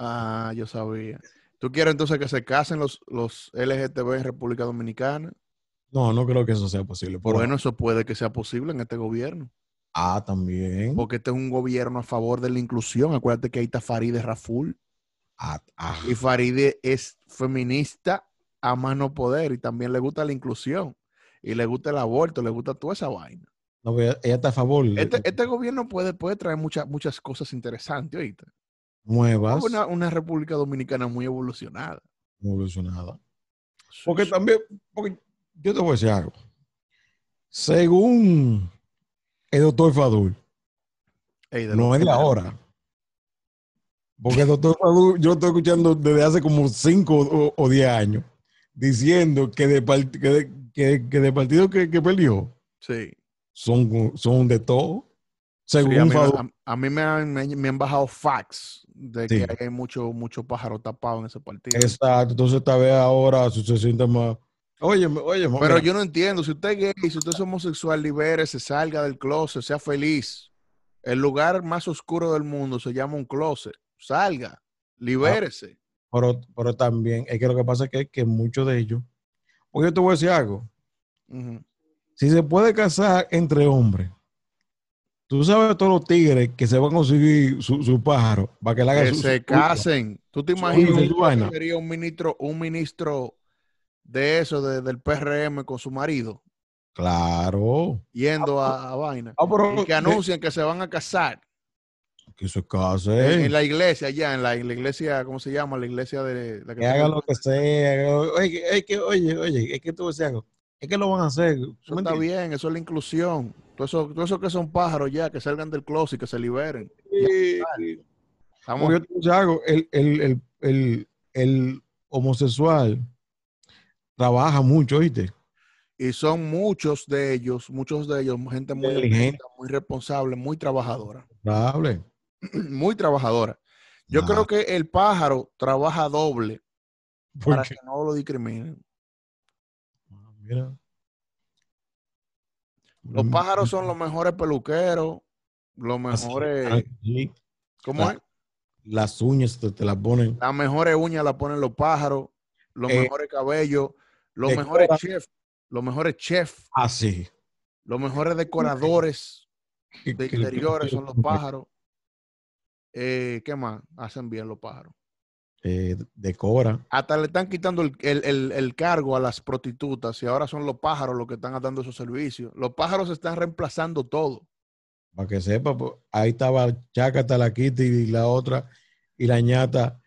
[SPEAKER 1] Ah, yo sabía. ¿Tú quieres entonces que se casen los, los LGTB en República Dominicana?
[SPEAKER 2] No, no creo que eso sea posible. Por
[SPEAKER 1] bueno, eso puede que sea posible en este gobierno,
[SPEAKER 2] Ah, también.
[SPEAKER 1] porque este es un gobierno a favor de la inclusión. Acuérdate que ahí está Faride Raful
[SPEAKER 2] Ah, ah,
[SPEAKER 1] y Faride es feminista a más no poder y también le gusta la inclusión y le gusta el aborto, le gusta toda esa vaina.
[SPEAKER 2] no, pero ella está a favor.
[SPEAKER 1] Este, este gobierno puede, puede traer muchas muchas cosas interesantes ahorita.
[SPEAKER 2] Nuevas.
[SPEAKER 1] Una, una República Dominicana muy evolucionada.
[SPEAKER 2] evolucionada. Porque también, porque yo te voy a decir algo. Según el doctor Fadul,
[SPEAKER 1] Ey, de
[SPEAKER 2] no
[SPEAKER 1] los
[SPEAKER 2] es la
[SPEAKER 1] primeros.
[SPEAKER 2] hora. Porque el doctor Fadul, yo lo estoy escuchando desde hace como 5 o- o 10 años, diciendo que de, part- que de, que, que de partido que, que perdió
[SPEAKER 1] Sí.
[SPEAKER 2] son, son de todo.
[SPEAKER 1] Sí, a
[SPEAKER 2] Según
[SPEAKER 1] mí, me-
[SPEAKER 2] Fadul.
[SPEAKER 1] a- a mí me, han, me- me han bajado fax de
[SPEAKER 2] Sí.
[SPEAKER 1] que hay mucho, mucho pájaro tapado en ese partido.
[SPEAKER 2] Exacto, entonces esta vez ahora se, se siente más. Oye, oye,
[SPEAKER 1] Pero yo no entiendo, si usted es gay, si usted es homosexual, libérese, salga del closet, sea feliz. El lugar más oscuro del mundo se llama un closet. Salga, libérese.
[SPEAKER 2] Pero, pero también es que lo que pasa es que, que muchos de ellos, porque yo te voy a decir algo,
[SPEAKER 1] Ujú.
[SPEAKER 2] si se puede casar entre hombres, tú sabes todos los tigres que se van a conseguir su, su pájaro para que le haga
[SPEAKER 1] Que
[SPEAKER 2] su, su-
[SPEAKER 1] se casen. ¿Tú te
[SPEAKER 2] su-
[SPEAKER 1] imaginas
[SPEAKER 2] su- su vaina.
[SPEAKER 1] que sería un ministro, un ministro de eso, de- del PRM con su marido,
[SPEAKER 2] Claro.
[SPEAKER 1] yendo a, a vaina?
[SPEAKER 2] Ah, pero
[SPEAKER 1] Y que anuncian que se van a casar.
[SPEAKER 2] que se
[SPEAKER 1] En,
[SPEAKER 2] case,
[SPEAKER 1] en la iglesia, allá, en la, en la iglesia, ¿cómo se llama? La iglesia de la
[SPEAKER 2] que haga lo que sea. Oye, que- es que, oye, oye, es que tú decías algo. Es que lo van a hacer. ¿tú
[SPEAKER 1] Eso
[SPEAKER 2] me
[SPEAKER 1] está
[SPEAKER 2] entiendes?
[SPEAKER 1] bien, eso es la inclusión. Todo eso, todo eso que son pájaros ya, que salgan del closet, que se liberen.
[SPEAKER 2] Sí.
[SPEAKER 1] Estamos-
[SPEAKER 2] Porque yo te digo algo, el, el, el, el, el homosexual trabaja mucho, ¿oíste?
[SPEAKER 1] y son muchos de ellos, muchos de ellos, gente muy
[SPEAKER 2] Inteligente.
[SPEAKER 1] honesta, muy responsable, muy trabajadora.
[SPEAKER 2] Hable.
[SPEAKER 1] Muy trabajadora. Yo
[SPEAKER 2] Nah,
[SPEAKER 1] creo que el pájaro trabaja doble para
[SPEAKER 2] porque-
[SPEAKER 1] que no lo discriminen.
[SPEAKER 2] Ah, mira.
[SPEAKER 1] Los pájaros son los mejores peluqueros, los
[SPEAKER 2] Mm, Así, ah,
[SPEAKER 1] mejores.
[SPEAKER 2] así,
[SPEAKER 1] ¿Cómo es?
[SPEAKER 2] Las uñas te, te las ponen.
[SPEAKER 1] Las mejores uñas las ponen los pájaros, los
[SPEAKER 2] Eh,
[SPEAKER 1] mejores cabellos, los
[SPEAKER 2] decora.
[SPEAKER 1] mejores chefs, los mejores chefs,
[SPEAKER 2] Así.
[SPEAKER 1] los mejores decoradores
[SPEAKER 2] Que-
[SPEAKER 1] de
[SPEAKER 2] que-
[SPEAKER 1] interiores
[SPEAKER 2] que-
[SPEAKER 1] son los pájaros. Eh, ¿Qué más? Hacen bien los pájaros.
[SPEAKER 2] Eh, decora.
[SPEAKER 1] Hasta le están quitando el, el- el- el cargo a las prostitutas y ahora son los pájaros los que están dando esos servicios. Los pájaros están reemplazando todo.
[SPEAKER 2] Para que sepa, pues, ahí estaba Chácata, la Kitty y la otra, y la ñata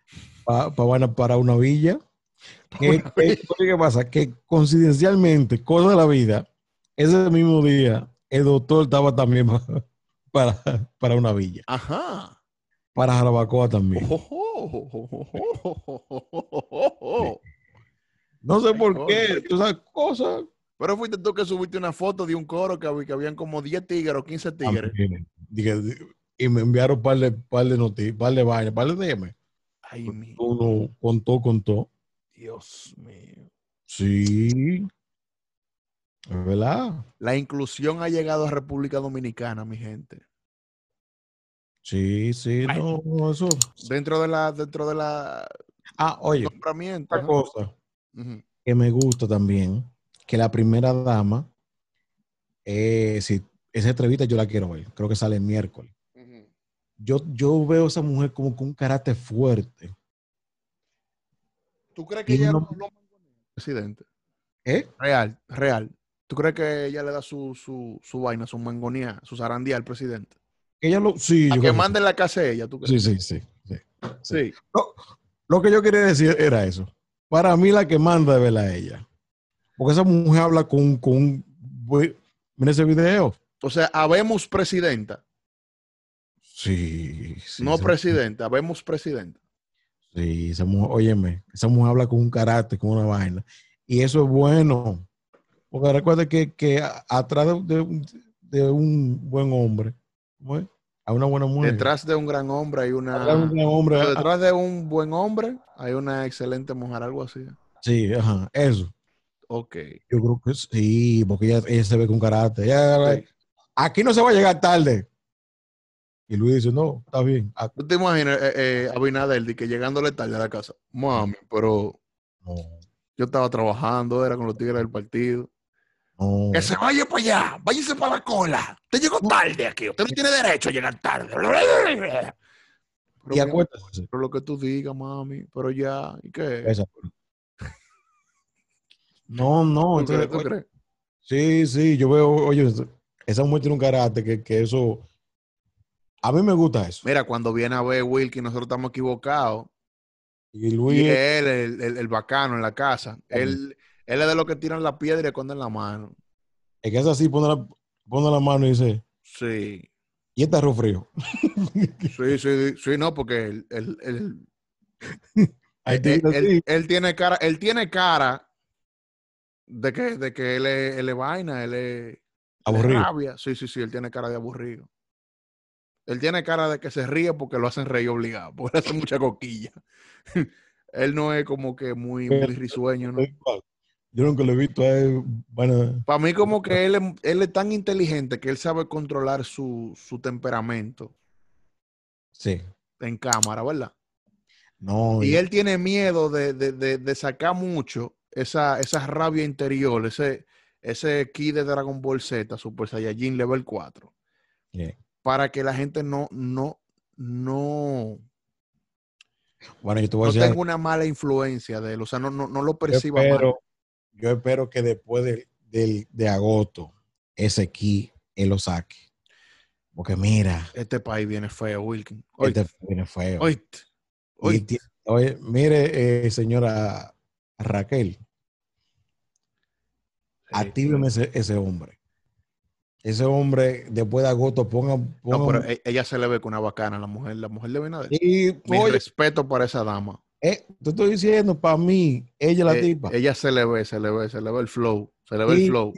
[SPEAKER 2] pa- pa- van a para una villa. ¿Qué, qué- qué pasa? Que coincidencialmente, cosa de la vida, ese mismo día, el doctor estaba también pa- para, para una villa,
[SPEAKER 1] Ajá. Oh,
[SPEAKER 2] para Jarabacoa también.
[SPEAKER 1] oh.
[SPEAKER 2] No sé por qué, tú sabes, cosas.
[SPEAKER 1] Pero fuiste tú que subiste una foto de un coro que, hab- que habían como 10 tigres o 15 tigres.
[SPEAKER 2] también. Dije, Y me enviaron un par de, par de noticias, par de vainas, par de DM.
[SPEAKER 1] Ay, mi
[SPEAKER 2] Uno contó, contó.
[SPEAKER 1] Dios mío.
[SPEAKER 2] Sí. Es verdad.
[SPEAKER 1] La inclusión ha llegado a República Dominicana, mi gente.
[SPEAKER 2] Sí, sí, no, no, eso.
[SPEAKER 1] Dentro de la, dentro de la
[SPEAKER 2] Ah, oye,
[SPEAKER 1] nombramiento.
[SPEAKER 2] otra
[SPEAKER 1] ajá.
[SPEAKER 2] cosa
[SPEAKER 1] Ujú.
[SPEAKER 2] que me gusta también, que la primera dama, eh, si, esa entrevista yo la quiero ver, creo que sale el miércoles. Yo, yo veo a esa mujer como con un carácter fuerte.
[SPEAKER 1] ¿Tú crees que
[SPEAKER 2] Y
[SPEAKER 1] ella
[SPEAKER 2] no-
[SPEAKER 1] no- no- presidente?
[SPEAKER 2] ¿Eh?
[SPEAKER 1] Real, real. ¿Tú crees que ella le da su, su, su vaina, su mangonía, su zarandía al presidente?
[SPEAKER 2] Ella lo, sí,
[SPEAKER 1] A
[SPEAKER 2] yo
[SPEAKER 1] que
[SPEAKER 2] creo que
[SPEAKER 1] mande la casa a ella, ¿tú
[SPEAKER 2] sí,
[SPEAKER 1] crees?
[SPEAKER 2] sí, sí, sí.
[SPEAKER 1] Sí.
[SPEAKER 2] Lo que yo quería decir era eso. Para mí la que manda es verla ella. Porque esa mujer habla con, con un... buen- Mira ese video.
[SPEAKER 1] O sea, habemos presidenta,
[SPEAKER 2] Sí, sí.
[SPEAKER 1] no
[SPEAKER 2] esa-
[SPEAKER 1] presidenta, habemos presidenta.
[SPEAKER 2] Sí, esa mujer, óyeme, esa mujer habla con un carácter, con una vaina. Y eso es bueno. Porque recuerda que, que a- atrás de, de un- de un buen hombre, ¿cómo es? a una buena mujer.
[SPEAKER 1] Detrás ah. de un gran hombre hay una...
[SPEAKER 2] Atrás de un buen hombre.
[SPEAKER 1] Pero detrás de un buen hombre hay una excelente mujer, algo así.
[SPEAKER 2] Sí, ajá, eso.
[SPEAKER 1] Ok.
[SPEAKER 2] Yo creo que sí, porque ella, ella se ve con carácter. Ella-
[SPEAKER 1] Sí.
[SPEAKER 2] Aquí no se va a llegar tarde. Y Luis dice, no, está bien. Ah,
[SPEAKER 1] ¿Tú te imaginas eh, eh, a Abinader de que llegándole tarde a la casa? Mami, pero
[SPEAKER 2] no,
[SPEAKER 1] yo estaba trabajando, era con los tigres del partido.
[SPEAKER 2] no.
[SPEAKER 1] Que se vaya para allá, váyase para la cola. Usted llegó tarde aquí, usted no tiene derecho a llegar tarde. Pero,
[SPEAKER 2] Y
[SPEAKER 1] mi-
[SPEAKER 2] acuérdate, pues,
[SPEAKER 1] pero lo que tú digas, mami, pero ya, ¿y qué?
[SPEAKER 2] esa. No, no.
[SPEAKER 1] ¿Tú crees,
[SPEAKER 2] entonces,
[SPEAKER 1] tú crees?
[SPEAKER 2] sí, sí, yo veo, oye, esa mujer tiene un carácter que, que eso. A mí me gusta eso.
[SPEAKER 1] Mira, cuando viene a ver Wilkie, nosotros estamos equivocados.
[SPEAKER 2] Y
[SPEAKER 1] Y eh,
[SPEAKER 2] Luis,
[SPEAKER 1] él, el, el- el bacano en la casa. Él, él es de los que tiran la piedra y esconden la mano.
[SPEAKER 2] es que es así, pone la, pone la mano y dice,
[SPEAKER 1] Sí.
[SPEAKER 2] y está arroz frío.
[SPEAKER 1] Sí, sí, sí, no, porque él, él- él-
[SPEAKER 2] Ahí te
[SPEAKER 1] él-
[SPEAKER 2] dice
[SPEAKER 1] Eh, él-
[SPEAKER 2] así.
[SPEAKER 1] él tiene cara, él tiene cara de que, de que él, es, él es vaina, él es, él es
[SPEAKER 2] aburrido.
[SPEAKER 1] rabia. Sí, sí, sí, él tiene cara de aburrido. Él tiene cara de que se ríe porque lo hacen reír obligado, porque le hacen mucha coquilla. él no es como que muy, muy risueño, ¿no?
[SPEAKER 2] Yo nunca lo he visto a él, bueno,
[SPEAKER 1] Para mí como que él, es- él es tan inteligente que él sabe controlar su, su temperamento
[SPEAKER 2] sí.
[SPEAKER 1] en cámara, ¿verdad?
[SPEAKER 2] No,
[SPEAKER 1] Y él tiene miedo de, de- de- de sacar mucho esa, esa rabia interior, ese, ese ki de Dragon Ball Z, Super Saiyajin Level 4,
[SPEAKER 2] Yeah.
[SPEAKER 1] para que la gente no, no, no,
[SPEAKER 2] bueno, yo te voy a
[SPEAKER 1] no
[SPEAKER 2] decir
[SPEAKER 1] tenga
[SPEAKER 2] algo.
[SPEAKER 1] una mala influencia de él, o sea, no, no, no lo
[SPEAKER 2] Yo
[SPEAKER 1] perciba mal.
[SPEAKER 2] espero, yo espero que después del, del- de agosto, ese key, él lo saque. Porque mira,
[SPEAKER 1] Este país viene feo, Wilkin. Oíste,
[SPEAKER 2] este viene feo.
[SPEAKER 1] oíste,
[SPEAKER 2] Y
[SPEAKER 1] oíste.
[SPEAKER 2] ti- oye, mire, eh, señora Raquel, actíveme ese, ese hombre. Ese hombre, después de agosto, ponga. ponga
[SPEAKER 1] No, pero e- ella se le ve con una bacana, la mujer, la mujer de Binader.
[SPEAKER 2] y,
[SPEAKER 1] Mi
[SPEAKER 2] oye,
[SPEAKER 1] respeto para esa dama.
[SPEAKER 2] eh, te estoy diciendo, para mí, ella la
[SPEAKER 1] Eh,
[SPEAKER 2] tipa.
[SPEAKER 1] ella se le ve, se le ve, se le ve el flow, se le ve el
[SPEAKER 2] Sí.
[SPEAKER 1] flow.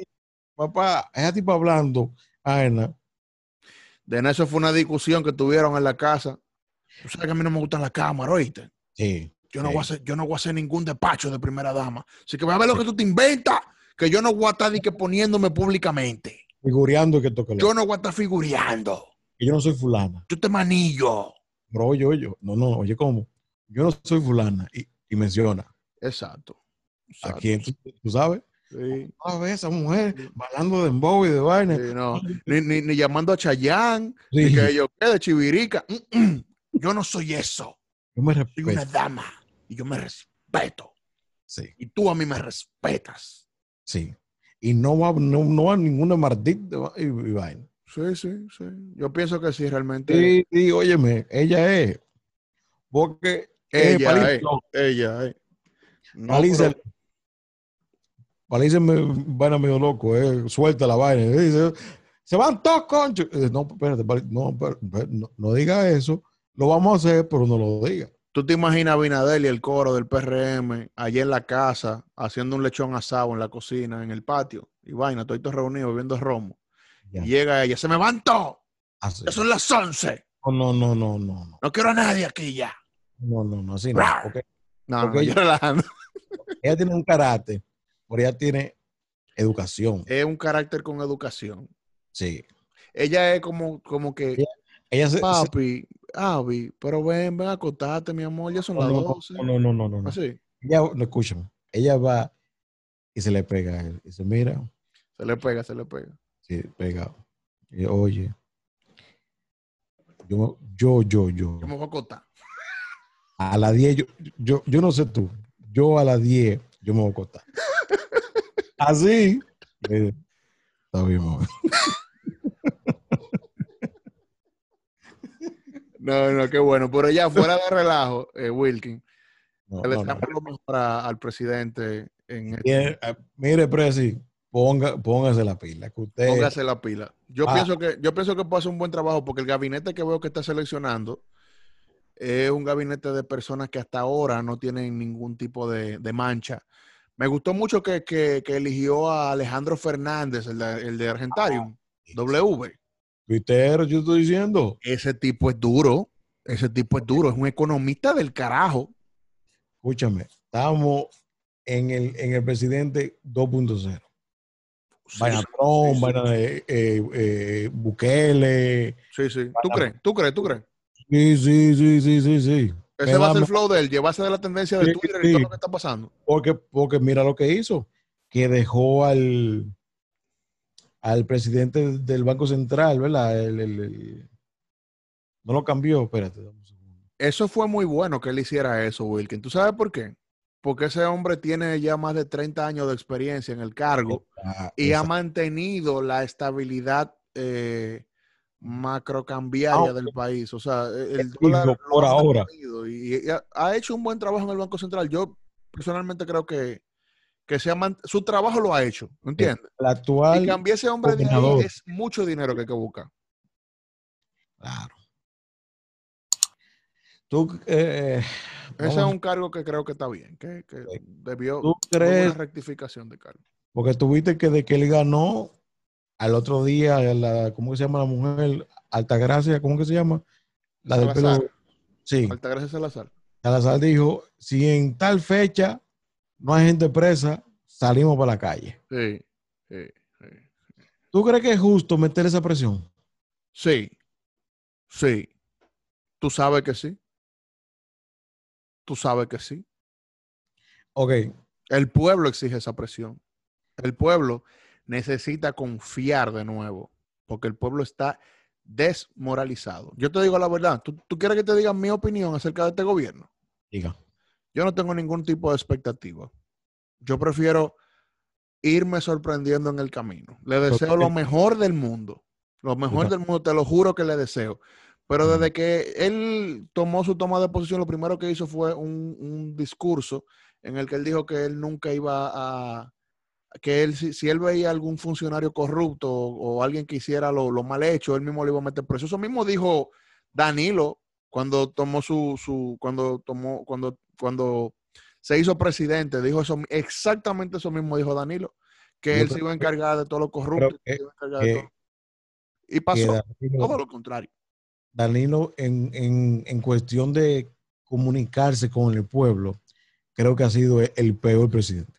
[SPEAKER 2] Papá, esa tipa hablando, Ana.
[SPEAKER 1] De nada, eso fue una discusión que tuvieron en la casa. Tú sabes que a mí no me gustan las cámaras, ¿oíste?
[SPEAKER 2] Sí.
[SPEAKER 1] Yo no,
[SPEAKER 2] Sí.
[SPEAKER 1] voy a hacer, yo no voy a hacer ningún despacho de primera dama. Así que va a ver lo que tú te inventas, que yo no voy a estar di que poniéndome públicamente.
[SPEAKER 2] Figureando que toque
[SPEAKER 1] Yo no voy a estar figureando.
[SPEAKER 2] yo no soy fulana.
[SPEAKER 1] Yo te manillo.
[SPEAKER 2] Bro, yo, yo, no, no, oye, ¿cómo? Yo no soy fulana. Y, y menciona
[SPEAKER 1] Exacto. Exacto.
[SPEAKER 2] a quién, tú, tú sabes.
[SPEAKER 1] Sí,
[SPEAKER 2] A ver, esa mujer bailando de embobo y de vaina.
[SPEAKER 1] sí, no. Ni, ni- ni llamando a Chayanne,
[SPEAKER 2] Sí,
[SPEAKER 1] ni que yo qué, de Chivirica. Mm, mm. Yo no soy eso.
[SPEAKER 2] yo me
[SPEAKER 1] Soy una
[SPEAKER 2] respeto.
[SPEAKER 1] dama y yo me respeto.
[SPEAKER 2] Sí,
[SPEAKER 1] Y tú a mí me respetas.
[SPEAKER 2] sí. Y no va, no, no va ninguna maldita y, y vaina.
[SPEAKER 1] Sí, sí, sí. Yo pienso que sí, realmente.
[SPEAKER 2] Sí, sí, óyeme, ella es. Porque eh, es
[SPEAKER 1] Ella es.
[SPEAKER 2] paliza.
[SPEAKER 1] Ella es. No,
[SPEAKER 2] Paliza,
[SPEAKER 1] pero-
[SPEAKER 2] Paliza me vaina medio loco, eh, suelta la vaina. eh, dice, se van todos concho. Eh, No, espérate, Pali- no, per- per- no, no diga eso. Lo vamos a hacer, pero no lo diga.
[SPEAKER 1] Tú te imaginas a Binadel y el coro del PRM allí en la casa, haciendo un lechón asado en la cocina, en el patio, y vaina, todos reunidos bebiendo romo.
[SPEAKER 2] Ya.
[SPEAKER 1] Y llega ella, se me van todos,
[SPEAKER 2] Así.
[SPEAKER 1] ya son las 11,
[SPEAKER 2] No, no, no, no, no,
[SPEAKER 1] no quiero a nadie aquí ya.
[SPEAKER 2] no, no, no, así no. porque
[SPEAKER 1] No, no,
[SPEAKER 2] Ok.
[SPEAKER 1] yo relajando.
[SPEAKER 2] ella tiene un carácter, pero ella tiene educación.
[SPEAKER 1] Es un carácter con educación.
[SPEAKER 2] Sí.
[SPEAKER 1] Ella es como, como que,
[SPEAKER 2] Ella se, se-
[SPEAKER 1] papi, Avi, pero ven, ven a acostarte, mi amor, ya son
[SPEAKER 2] no,
[SPEAKER 1] las
[SPEAKER 2] no,
[SPEAKER 1] 12.
[SPEAKER 2] no, no, no, no, no.
[SPEAKER 1] Así,
[SPEAKER 2] Ella, no, escúchame. Ella va y se le pega a él. Dice, mira,
[SPEAKER 1] se le pega, se le pega.
[SPEAKER 2] Sí, pegado. Y yo, oye, yo, yo, yo, yo,
[SPEAKER 1] Yo me voy a acostar.
[SPEAKER 2] a las 10, yo, yo, yo no sé tú, yo a las 10, yo me voy a acostar. Así. Le digo, Está bien, mamá".
[SPEAKER 1] No, no, qué bueno. Pero ya fuera de relajo, eh, Wilkin,
[SPEAKER 2] No,
[SPEAKER 1] le
[SPEAKER 2] no, no.
[SPEAKER 1] deseamos lo mejor a- al presidente en este-
[SPEAKER 2] Bien, eh, Mire, Presi, ponga, póngase la pila, que usted...
[SPEAKER 1] Póngase la pila. Yo
[SPEAKER 2] Ah.
[SPEAKER 1] pienso que yo pienso que puede hacer un buen trabajo porque el gabinete que veo que está seleccionando es un gabinete de personas que hasta ahora no tienen ningún tipo de, de mancha. Me gustó mucho que, que- que eligió a Alejandro Fernández, el de, el de Argentarium, W.
[SPEAKER 2] Twitter, yo estoy diciendo,
[SPEAKER 1] Ese tipo es duro. Ese tipo es duro. Es un economista del carajo.
[SPEAKER 2] escúchame, estamos en el, en el presidente 2.0.
[SPEAKER 1] Sí,
[SPEAKER 2] Vaina
[SPEAKER 1] sí,
[SPEAKER 2] Trump,
[SPEAKER 1] sí.
[SPEAKER 2] vaina de, eh, eh, Bukele,
[SPEAKER 1] sí, sí. ¿Tú crees? ¿Tú crees? ¿Tú crees?
[SPEAKER 2] Sí, sí, sí, sí, sí, sí.
[SPEAKER 1] Ese
[SPEAKER 2] Me
[SPEAKER 1] va a
[SPEAKER 2] da
[SPEAKER 1] ser el
[SPEAKER 2] más-
[SPEAKER 1] flow de él, llevarse de la tendencia de
[SPEAKER 2] Sí,
[SPEAKER 1] Twitter y
[SPEAKER 2] sí.
[SPEAKER 1] todo lo que está pasando.
[SPEAKER 2] Porque, porque mira lo que hizo, que dejó al, al presidente del Banco Central, ¿verdad? El- el- el- no lo cambió, espérate. dame un segundo.
[SPEAKER 1] Eso fue muy bueno que él hiciera eso, Wilkin. ¿Tú sabes por qué? Porque ese hombre tiene ya más de 30 años de experiencia en el cargo
[SPEAKER 2] Ah,
[SPEAKER 1] y ha
[SPEAKER 2] esa-
[SPEAKER 1] mantenido la estabilidad eh, macrocambiaria
[SPEAKER 2] Ah,
[SPEAKER 1] del país. O sea, e, el
[SPEAKER 2] Digo,
[SPEAKER 1] dólar lo
[SPEAKER 2] por
[SPEAKER 1] ha
[SPEAKER 2] ahora.
[SPEAKER 1] mantenido Y, y ha, ha hecho un buen trabajo en el Banco Central. Yo personalmente creo que, que se ha man- su trabajo lo ha hecho, ¿entiendes?
[SPEAKER 2] la
[SPEAKER 1] y
[SPEAKER 2] actual,
[SPEAKER 1] cambiar ese hombre de ahí
[SPEAKER 2] coordinador.
[SPEAKER 1] es mucho dinero que hay que buscar.
[SPEAKER 2] claro. ¿Tú, eh,
[SPEAKER 1] Ese es
[SPEAKER 2] vamos,
[SPEAKER 1] un cargo que creo que está bien, que, que
[SPEAKER 2] Sí.
[SPEAKER 1] debió
[SPEAKER 2] ¿tú
[SPEAKER 1] fue
[SPEAKER 2] crees?
[SPEAKER 1] una rectificación de cargo.
[SPEAKER 2] Porque tuviste que de que él ganó al otro día, la, ¿cómo que se llama la mujer? Altagracia, ¿cómo que se llama? La del pelo.
[SPEAKER 1] Salazar.
[SPEAKER 2] Sí.
[SPEAKER 1] Altagracia Salazar.
[SPEAKER 2] Salazar dijo, si en tal fecha no hay gente presa, salimos para la calle.
[SPEAKER 1] Sí, sí, sí.
[SPEAKER 2] ¿Tú crees que es justo meter esa presión?
[SPEAKER 1] Sí, sí. Tú sabes que sí. Tú sabes que sí.
[SPEAKER 2] Ok,
[SPEAKER 1] El pueblo exige esa presión. El pueblo necesita confiar de nuevo, porque el pueblo está desmoralizado. Yo te digo la verdad, ¿tú, tú quieres que te diga mi opinión acerca de este gobierno?
[SPEAKER 2] diga.
[SPEAKER 1] Yo no tengo ningún tipo de expectativa. Yo prefiero irme sorprendiendo en el camino. Le deseo lo mejor del mundo. Lo mejor del mundo, te lo juro que le deseo. Pero desde que él tomó su toma de posición, lo primero que hizo fue un, un discurso en el que él dijo que él nunca iba a... Que él, si, si él veía algún funcionario corrupto o, o alguien que hiciera lo, lo mal hecho, él mismo le iba a meter preso. Eso mismo dijo Danilo cuando tomó su, su cuando tomó, cuando, cuando se hizo presidente, dijo eso, exactamente eso mismo dijo Danilo, que
[SPEAKER 2] Yo
[SPEAKER 1] él se
[SPEAKER 2] creo-
[SPEAKER 1] iba a encargar de todo lo corrupto.
[SPEAKER 2] que-
[SPEAKER 1] se iba a encargar de
[SPEAKER 2] que-
[SPEAKER 1] todo. y
[SPEAKER 2] Que
[SPEAKER 1] pasó todo
[SPEAKER 2] Danilo,
[SPEAKER 1] lo contrario.
[SPEAKER 2] Danilo, en, en- en cuestión de comunicarse con el pueblo, creo que ha sido el- el peor presidente.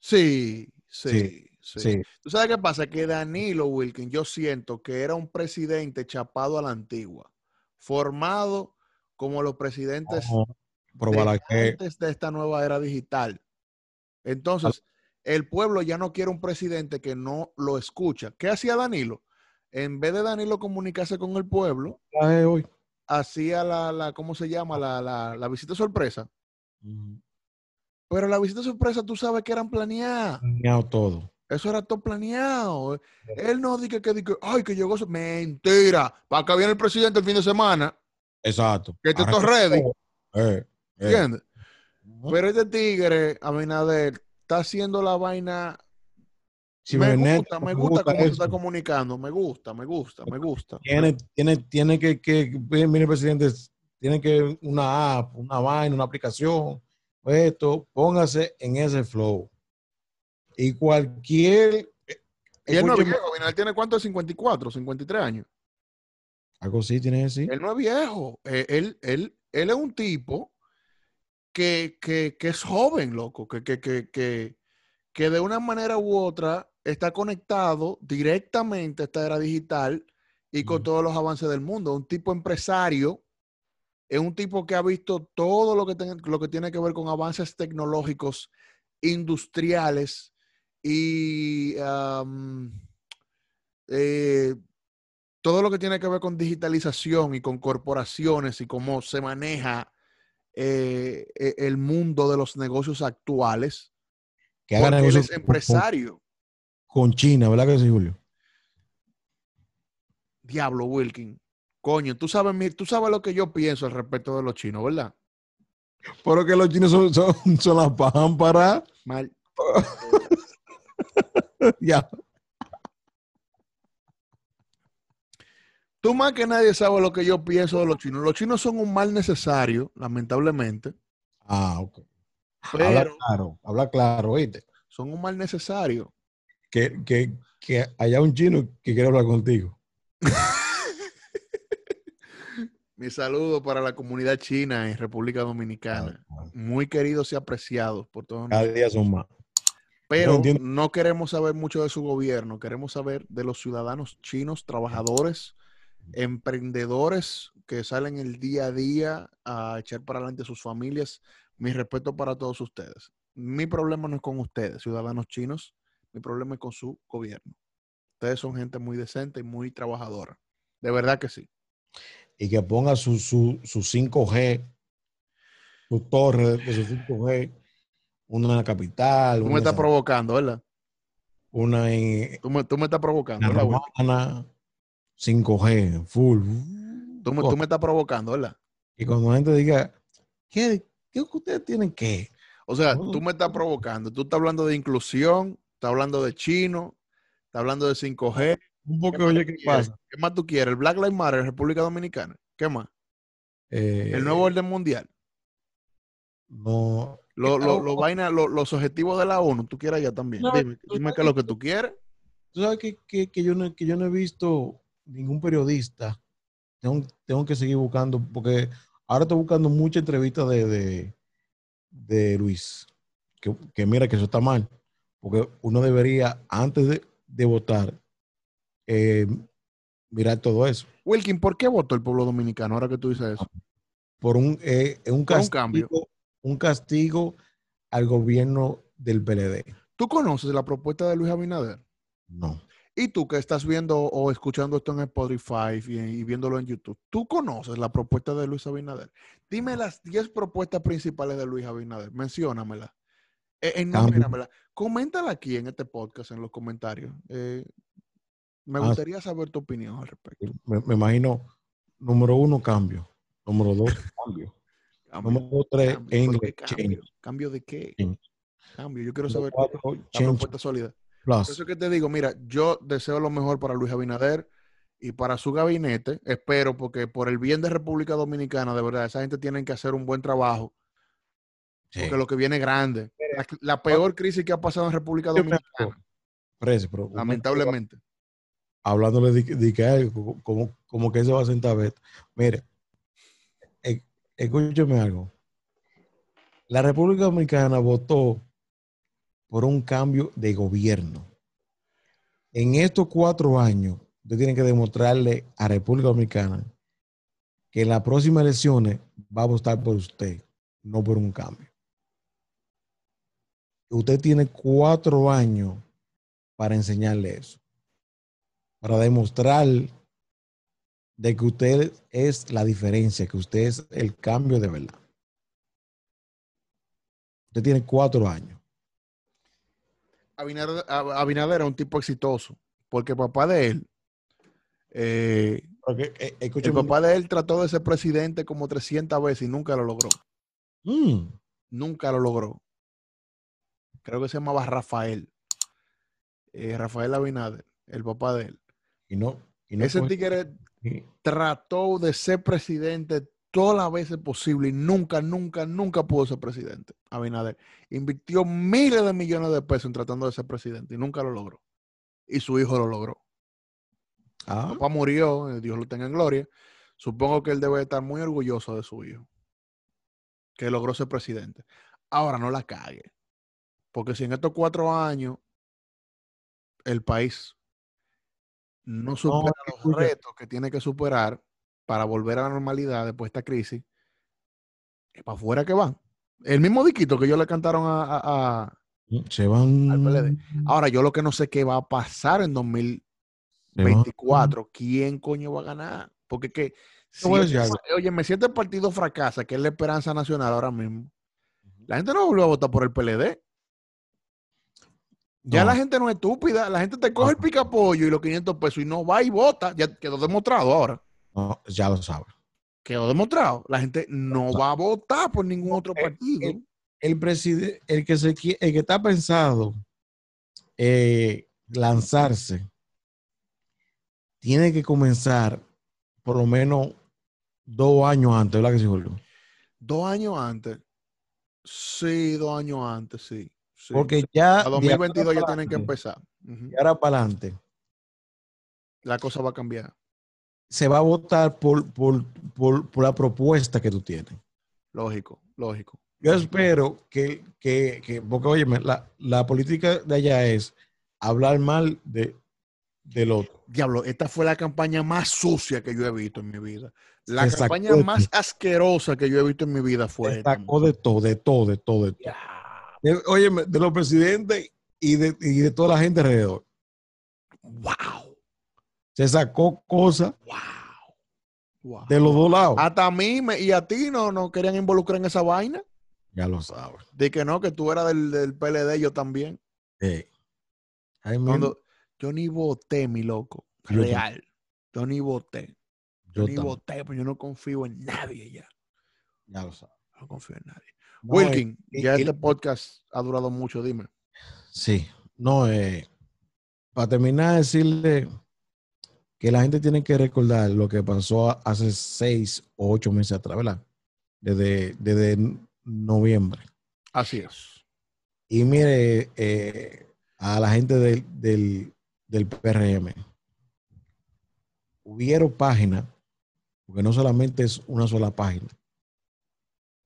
[SPEAKER 1] Sí, sí, sí.
[SPEAKER 2] Sí,
[SPEAKER 1] ¿Tú sabes qué pasa? Que Danilo Wilkin, yo siento que era un presidente chapado a la antigua, formado como los presidentes
[SPEAKER 2] no, pero
[SPEAKER 1] de
[SPEAKER 2] Balaguer-
[SPEAKER 1] antes de esta nueva era digital. Entonces, el pueblo ya no quiere un presidente que no lo escucha. ¿Qué hacía Danilo? En vez de Danilo comunicarse con el pueblo,
[SPEAKER 2] Balaguer hoy.
[SPEAKER 1] hacía la, la ¿cómo se llama? La, la- la visita sorpresa. Pero la visita sorpresa tú sabes que eran planeadas.
[SPEAKER 2] Planeado todo.
[SPEAKER 1] Eso era todo planeado. Él no dice que, que, ay, que llegó. Mentira. Para acá viene el presidente el fin de semana.
[SPEAKER 2] Exacto.
[SPEAKER 1] Que te estás ready. Eh, eh. ¿Entiendes? Uh -huh. Pero este tigre, Abinader, está haciendo la vaina. Si me, gusta, neto, me, gusta, me gusta cómo se está comunicando. Me gusta, me gusta, me gusta.
[SPEAKER 2] Tiene, tiene, tiene que, que, mire, presidente, tiene que una app, una vaina, una aplicación. pues Esto, póngase en ese flow. Y cualquier. eh,
[SPEAKER 1] Y él no es viejo, él tiene cuánto? 54, 53 años.
[SPEAKER 2] Algo sí tiene así.
[SPEAKER 1] Él no es viejo. Él, él, él, él es un tipo que, que, que es joven, loco. Que, que, que, de una manera u otra está conectado directamente a esta era digital y con mm. todos los avances del mundo. Un tipo empresario. Es un tipo que ha visto todo lo que, ten, lo que tiene que ver con avances tecnológicos, industriales, y um, eh, todo lo que tiene que ver con digitalización y con corporaciones y cómo se maneja eh, el mundo de los negocios actuales.
[SPEAKER 2] Que haga negocios
[SPEAKER 1] empresario.
[SPEAKER 2] Con, con, China, ¿verdad que sí, Julio?
[SPEAKER 1] Diablo, Wilkin. Coño, tú sabes, tú sabes lo que yo pienso al respecto de los chinos, ¿verdad?
[SPEAKER 2] Pero que los chinos son, son, son las pámparas.
[SPEAKER 1] Mal.
[SPEAKER 2] ya.
[SPEAKER 1] Tú más que nadie sabes lo que yo pienso de los chinos. Los chinos son un mal necesario, lamentablemente.
[SPEAKER 2] Ah, ok. Pero habla claro, habla claro, oíste.
[SPEAKER 1] Son un mal necesario.
[SPEAKER 2] Que, que, que haya un chino que quiere hablar contigo.
[SPEAKER 1] Mi saludo para la comunidad china en República Dominicana. Muy queridos y apreciados por todos
[SPEAKER 2] Cada día son más.
[SPEAKER 1] Pero no, no queremos saber mucho de su gobierno, queremos saber de los ciudadanos chinos, trabajadores, emprendedores que salen el día a día a echar para adelante a sus familias. Mi respeto para todos ustedes. Mi problema no es con ustedes, ciudadanos chinos. Mi problema es con su gobierno. Ustedes son gente muy decente y muy trabajadora. De verdad que sí.
[SPEAKER 2] Y que ponga su, su, su 5G, su torre de su 5G, una en la capital.
[SPEAKER 1] Tú
[SPEAKER 2] una
[SPEAKER 1] me estás provocando, ¿verdad?
[SPEAKER 2] Una en.
[SPEAKER 1] Tú me, tú me estás provocando,
[SPEAKER 2] la
[SPEAKER 1] ¿verdad?
[SPEAKER 2] Romana, 5G, full.
[SPEAKER 1] Tú me, tú me, estás provocando, ¿verdad?
[SPEAKER 2] Y cuando la gente diga, ¿qué, qué ustedes tienen que?
[SPEAKER 1] O sea, no, tú me estás provocando. Tú estás hablando de inclusión, estás hablando de chino, estás hablando de 5G.
[SPEAKER 2] Un poco, ¿Qué oye, ¿qué pasa?
[SPEAKER 1] ¿Qué más tú quieres? ¿El Black Lives Matter en República Dominicana? ¿Qué más? Eh, ¿El nuevo orden mundial?
[SPEAKER 2] No.
[SPEAKER 1] Lo, lo, lo vaina, lo, los objetivos de la ONU, tú quieres allá también. No, dime, dime qué es lo que tú quieres.
[SPEAKER 2] Tú sabes que, que, que yo no, que yo no he visto ningún periodista. Tengo, tengo, que seguir buscando, porque ahora estoy buscando mucha entrevista de, de, de Luis. Que, que, mira que eso está mal, porque uno debería, antes de, de votar, eh, mirar todo eso.
[SPEAKER 1] Wilkin, ¿por qué votó el pueblo dominicano ahora que tú dices eso?
[SPEAKER 2] Por un, eh, un,
[SPEAKER 1] Por
[SPEAKER 2] castigo,
[SPEAKER 1] un cambio.
[SPEAKER 2] Un castigo al gobierno del PLD.
[SPEAKER 1] ¿Tú conoces la propuesta de Luis Abinader?
[SPEAKER 2] No.
[SPEAKER 1] Y tú que estás viendo o escuchando esto en Spotify y, y, viéndolo en YouTube, ¿tú conoces la propuesta de Luis Abinader? Dime las 10 propuestas principales de Luis Abinader. Menciónamela. Eh, enuméramela. Coméntala aquí en este podcast, en los comentarios. Eh, me gustaría ah, saber tu opinión al respecto.
[SPEAKER 2] Me, me, imagino, número uno, cambio. Número dos, cambio. cambio número tres,
[SPEAKER 1] cambio, English, cambio? cambio? de qué? Change. Cambio. Yo quiero saber
[SPEAKER 2] cuatro,
[SPEAKER 1] la propuesta sólida. Plus. Por eso que te digo, mira, yo deseo lo mejor para Luis Abinader y para su gabinete. Espero, porque por el bien de República Dominicana, de verdad, esa gente tiene que hacer un buen trabajo. Sí. Porque lo que viene es grande. La, la, peor crisis que ha pasado en República Dominicana.
[SPEAKER 2] Prese, pero,
[SPEAKER 1] lamentablemente.
[SPEAKER 2] Hablándole de, de que algo, como, como que se va a sentar Beto. Mire, e, escúcheme algo. La República Dominicana votó por un cambio de gobierno. En estos cuatro años, ustedes tienen que demostrarle a República Dominicana que en las próximas elecciones va a votar por usted, no por un cambio. Usted tiene cuatro años para enseñarle eso, para demostrar de que usted es la diferencia, que usted es el cambio de verdad. Usted tiene cuatro años.
[SPEAKER 1] Abinader, Abinader era un tipo exitoso, porque el papá de él, eh,
[SPEAKER 2] Porque, eh,
[SPEAKER 1] el
[SPEAKER 2] escúchame,
[SPEAKER 1] papá de él trató de ser presidente como 300 veces y nunca lo logró.
[SPEAKER 2] mm,
[SPEAKER 1] Nunca lo logró. Creo que se llamaba Rafael. Eh, Rafael Abinader, el papá de él.
[SPEAKER 2] y no, y no
[SPEAKER 1] Ese
[SPEAKER 2] fue-
[SPEAKER 1] tigre
[SPEAKER 2] y-
[SPEAKER 1] trató de ser presidente todas las veces posible y nunca, nunca, nunca pudo ser presidente. Abinader invirtió miles de millones de pesos en tratando de ser presidente y nunca lo logró. Y su hijo lo logró.
[SPEAKER 2] ah,
[SPEAKER 1] Papá murió, eh, Dios lo tenga en gloria. Supongo que él debe estar muy orgulloso de su hijo, que logró ser presidente. Ahora no la cague, porque si en estos cuatro años el país no supera los
[SPEAKER 2] escucha.
[SPEAKER 1] retos que tiene que superar para volver a la normalidad después de esta crisis, es para afuera que van. El mismo diquito que ellos le cantaron a- a- a,
[SPEAKER 2] se van,
[SPEAKER 1] Al PLD. Ahora, yo lo que no sé qué va a pasar en 2024. ¿Quién coño va a ganar? Porque que...
[SPEAKER 2] Te voy a decir
[SPEAKER 1] este-
[SPEAKER 2] algo.
[SPEAKER 1] oye, me siento el partido fracasa, que es la esperanza nacional ahora mismo. La gente no volvió a votar por el PLD. Ya
[SPEAKER 2] No.
[SPEAKER 1] la gente no es estúpida. La gente te coge el
[SPEAKER 2] No.
[SPEAKER 1] picapollo y los 500 pesos y no va y vota. Ya quedó demostrado ahora.
[SPEAKER 2] No, ya lo sabes.
[SPEAKER 1] Quedó demostrado. La gente no va a votar por ningún otro partido.
[SPEAKER 2] eh, El presidente, el que se qui- el que está pensado eh, lanzarse, tiene que comenzar por lo menos dos años antes, ¿verdad que sí, Julio?
[SPEAKER 1] Dos años antes. Sí, dos años antes, sí. sí.
[SPEAKER 2] Porque ya
[SPEAKER 1] A
[SPEAKER 2] de
[SPEAKER 1] 2022 ya
[SPEAKER 2] ahora
[SPEAKER 1] tienen que
[SPEAKER 2] para adelante,
[SPEAKER 1] empezar. Ujú.
[SPEAKER 2] de ahora para adelante.
[SPEAKER 1] La cosa va a cambiar.
[SPEAKER 2] se va a votar por, por, por, por la propuesta que tú tienes.
[SPEAKER 1] Lógico, lógico.
[SPEAKER 2] Yo espero que, que, que- porque oye, la, la política de allá es hablar mal de, del otro.
[SPEAKER 1] Diablo, esta fue la campaña más sucia que yo he visto en mi vida. La
[SPEAKER 2] Se sacó
[SPEAKER 1] campaña
[SPEAKER 2] de
[SPEAKER 1] más asquerosa que yo he visto en mi vida fue
[SPEAKER 2] Se
[SPEAKER 1] esta.
[SPEAKER 2] sacó de todo, de todo, de todo. De todo. De- oye, de los presidentes y de, y de toda la gente alrededor.
[SPEAKER 1] Wow,
[SPEAKER 2] Se sacó cosas
[SPEAKER 1] wow, wow.
[SPEAKER 2] de los dos lados.
[SPEAKER 1] Hasta a mí me- y a ti no, no querían involucrar en esa vaina.
[SPEAKER 2] Ya lo sabes.
[SPEAKER 1] De que no, que tú eras del, del PLD, yo también.
[SPEAKER 2] Eh. Ay, mi-
[SPEAKER 1] Cuando, yo ni voté, mi loco.
[SPEAKER 2] Yo
[SPEAKER 1] Real. Yo ni voté. Yo,
[SPEAKER 2] yo
[SPEAKER 1] ni
[SPEAKER 2] tam-
[SPEAKER 1] voté, pues yo no confío en nadie ya.
[SPEAKER 2] ya lo sabes.
[SPEAKER 1] No confío en nadie.
[SPEAKER 2] No, eh,
[SPEAKER 1] Wilkin,
[SPEAKER 2] eh,
[SPEAKER 1] ya
[SPEAKER 2] eh,
[SPEAKER 1] este podcast ha durado mucho, dime.
[SPEAKER 2] Sí, no, eh, para terminar, decirle que la gente tiene que recordar lo que pasó a- hace seis o ocho meses atrás, ¿verdad? Desde, desde n- noviembre.
[SPEAKER 1] Así es.
[SPEAKER 2] Y mire, eh, a la gente del, del, del PRM, hubieron páginas, porque no solamente es una sola página,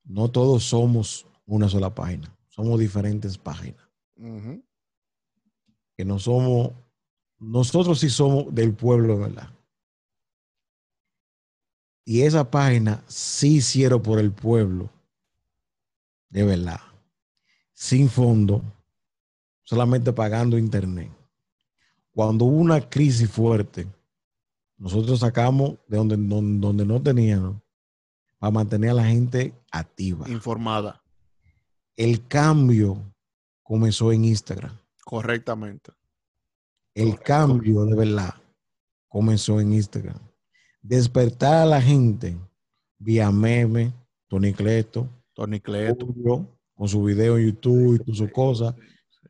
[SPEAKER 2] no todos somos una sola página, somos diferentes páginas.
[SPEAKER 1] Ujú.
[SPEAKER 2] que no somos, nosotros sí somos del pueblo, ¿verdad? Y esa página sí hicieron por el pueblo, de verdad, sin fondo, solamente pagando internet. Cuando hubo una crisis fuerte, nosotros sacamos de donde, don- donde no teníamos para mantener a la gente activa.
[SPEAKER 1] Informada
[SPEAKER 2] El cambio comenzó en Instagram.
[SPEAKER 1] correctamente.
[SPEAKER 2] El
[SPEAKER 1] Correcto.
[SPEAKER 2] cambio de verdad comenzó en Instagram. Despertar a la gente vía meme, Tony Cleto,
[SPEAKER 1] Tony Cleto.
[SPEAKER 2] Julio, con su video en YouTube y todas sus cosas.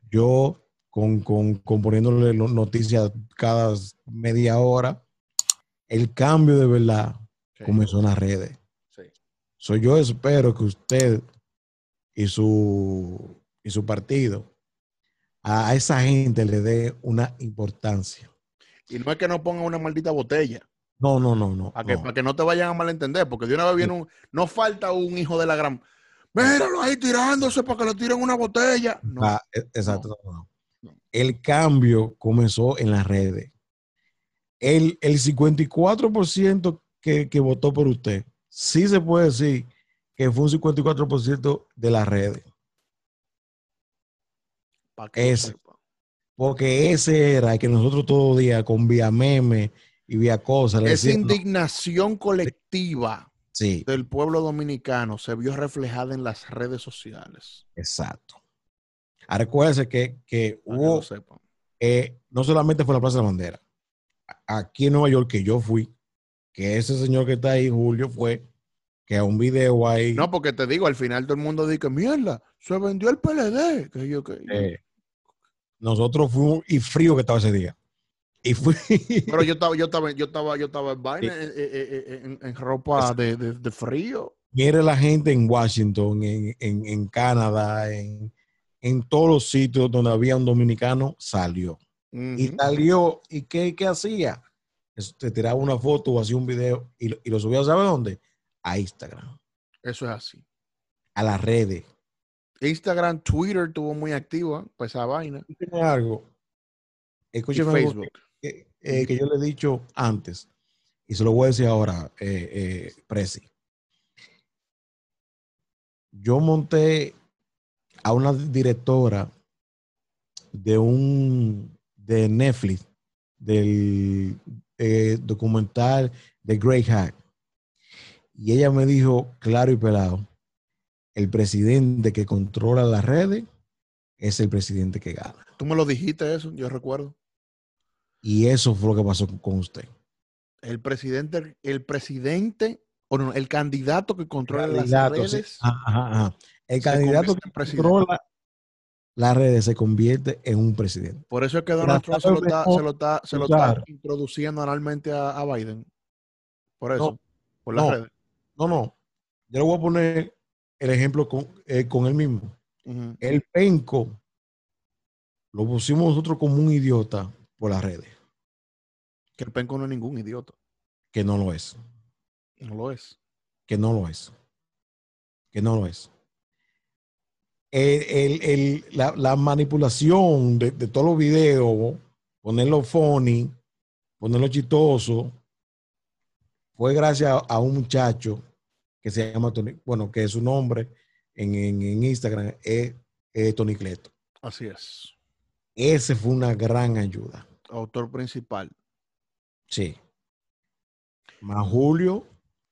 [SPEAKER 2] Yo con, con, con poniéndole lo- noticias cada media hora. El cambio de verdad
[SPEAKER 1] Sí,
[SPEAKER 2] comenzó en las redes.
[SPEAKER 1] sí.
[SPEAKER 2] So, yo espero que usted y su, y su partido a esa gente le dé una importancia.
[SPEAKER 1] Y no es que no pongan una maldita botella.
[SPEAKER 2] No, no, no, no.
[SPEAKER 1] Para que,
[SPEAKER 2] no.
[SPEAKER 1] para que no te vayan a malentender. Porque de una vez viene un. No falta un hijo de la gran. Míralo ahí tirándose para que le tiren una botella. No.
[SPEAKER 2] Ah, e- exacto. no.
[SPEAKER 1] No.
[SPEAKER 2] El cambio comenzó en las redes. El, el 54% que, que votó por usted, sí se puede decir que fue un 54% de las redes,
[SPEAKER 1] pa' que
[SPEAKER 2] ese.
[SPEAKER 1] sepa.
[SPEAKER 2] porque ese era el que nosotros todos los días con vía meme y vía cosas. le
[SPEAKER 1] Esa
[SPEAKER 2] decíamos,
[SPEAKER 1] indignación colectiva
[SPEAKER 2] sí,
[SPEAKER 1] del pueblo dominicano se vio reflejada en las redes sociales.
[SPEAKER 2] exacto. Recuérdense que, que
[SPEAKER 1] Oh.
[SPEAKER 2] hubo, que no, eh, no solamente fue la Plaza de la Bandera, aquí en Nueva York que yo fui, que ese señor que está ahí, Julio, fue que un video ahí.
[SPEAKER 1] No, porque te digo, al final todo el mundo dice, mierda, se vendió el PLD. Que yo, que...
[SPEAKER 2] Eh, nosotros fuimos y frío que estaba ese día. Y fui...
[SPEAKER 1] Pero yo estaba, yo estaba, yo estaba, yo estaba en vaina, eh, sí. en, en, en, ropa de, de, de, frío.
[SPEAKER 2] Mire la gente en Washington, en, en Canadá, en, todos los sitios donde había un dominicano, salió. Uh -huh. Y salió, ¿y qué, qué hacía? te tiraba una foto o hacía un video y, lo, y lo subía, ¿sabe dónde? A Instagram.
[SPEAKER 1] Eso es así.
[SPEAKER 2] A las redes.
[SPEAKER 1] Instagram, Twitter estuvo muy activa, pues esa vaina.
[SPEAKER 2] Escúcheme algo. Escúcheme y Facebook. Algo que, eh, que, yo le he dicho antes, y se lo voy a decir ahora, eh, eh, Prezi. Yo monté a una directora de un de Netflix, del eh, documental de Grey Hack. Y ella me dijo, claro y pelado, el presidente que controla las redes es el presidente que gana.
[SPEAKER 1] Tú me lo dijiste eso, yo recuerdo.
[SPEAKER 2] Y eso fue lo que pasó con usted.
[SPEAKER 1] El presidente, el presidente, o no, el candidato que controla el candidato, las redes.
[SPEAKER 2] Sí. Ah, Ajá, ajá. El candidato que controla las redes se convierte en un presidente.
[SPEAKER 1] Por eso es que Donald Trump se lo, está, se lo está, se lo está introduciendo analmente a, a, Biden. Por eso.
[SPEAKER 2] No,
[SPEAKER 1] por las
[SPEAKER 2] no,
[SPEAKER 1] redes.
[SPEAKER 2] No, no. Yo le voy a poner el ejemplo con, eh, con él mismo. Uh -huh. El penco lo pusimos nosotros como un idiota por las redes.
[SPEAKER 1] Que el penco no es ningún idiota.
[SPEAKER 2] Que no lo es.
[SPEAKER 1] No lo es.
[SPEAKER 2] Que no lo es. Que no lo es. El, el, el, la, la, manipulación de, de, todos los videos, ponerlo funny, ponerlo chistoso, fue gracias a, a un muchacho que se llama Tony, bueno, que es su nombre en, en, en Instagram, es, es, Tony Cleto.
[SPEAKER 1] Así es.
[SPEAKER 2] Ese fue una gran ayuda.
[SPEAKER 1] Autor principal.
[SPEAKER 2] Sí. Más Julio,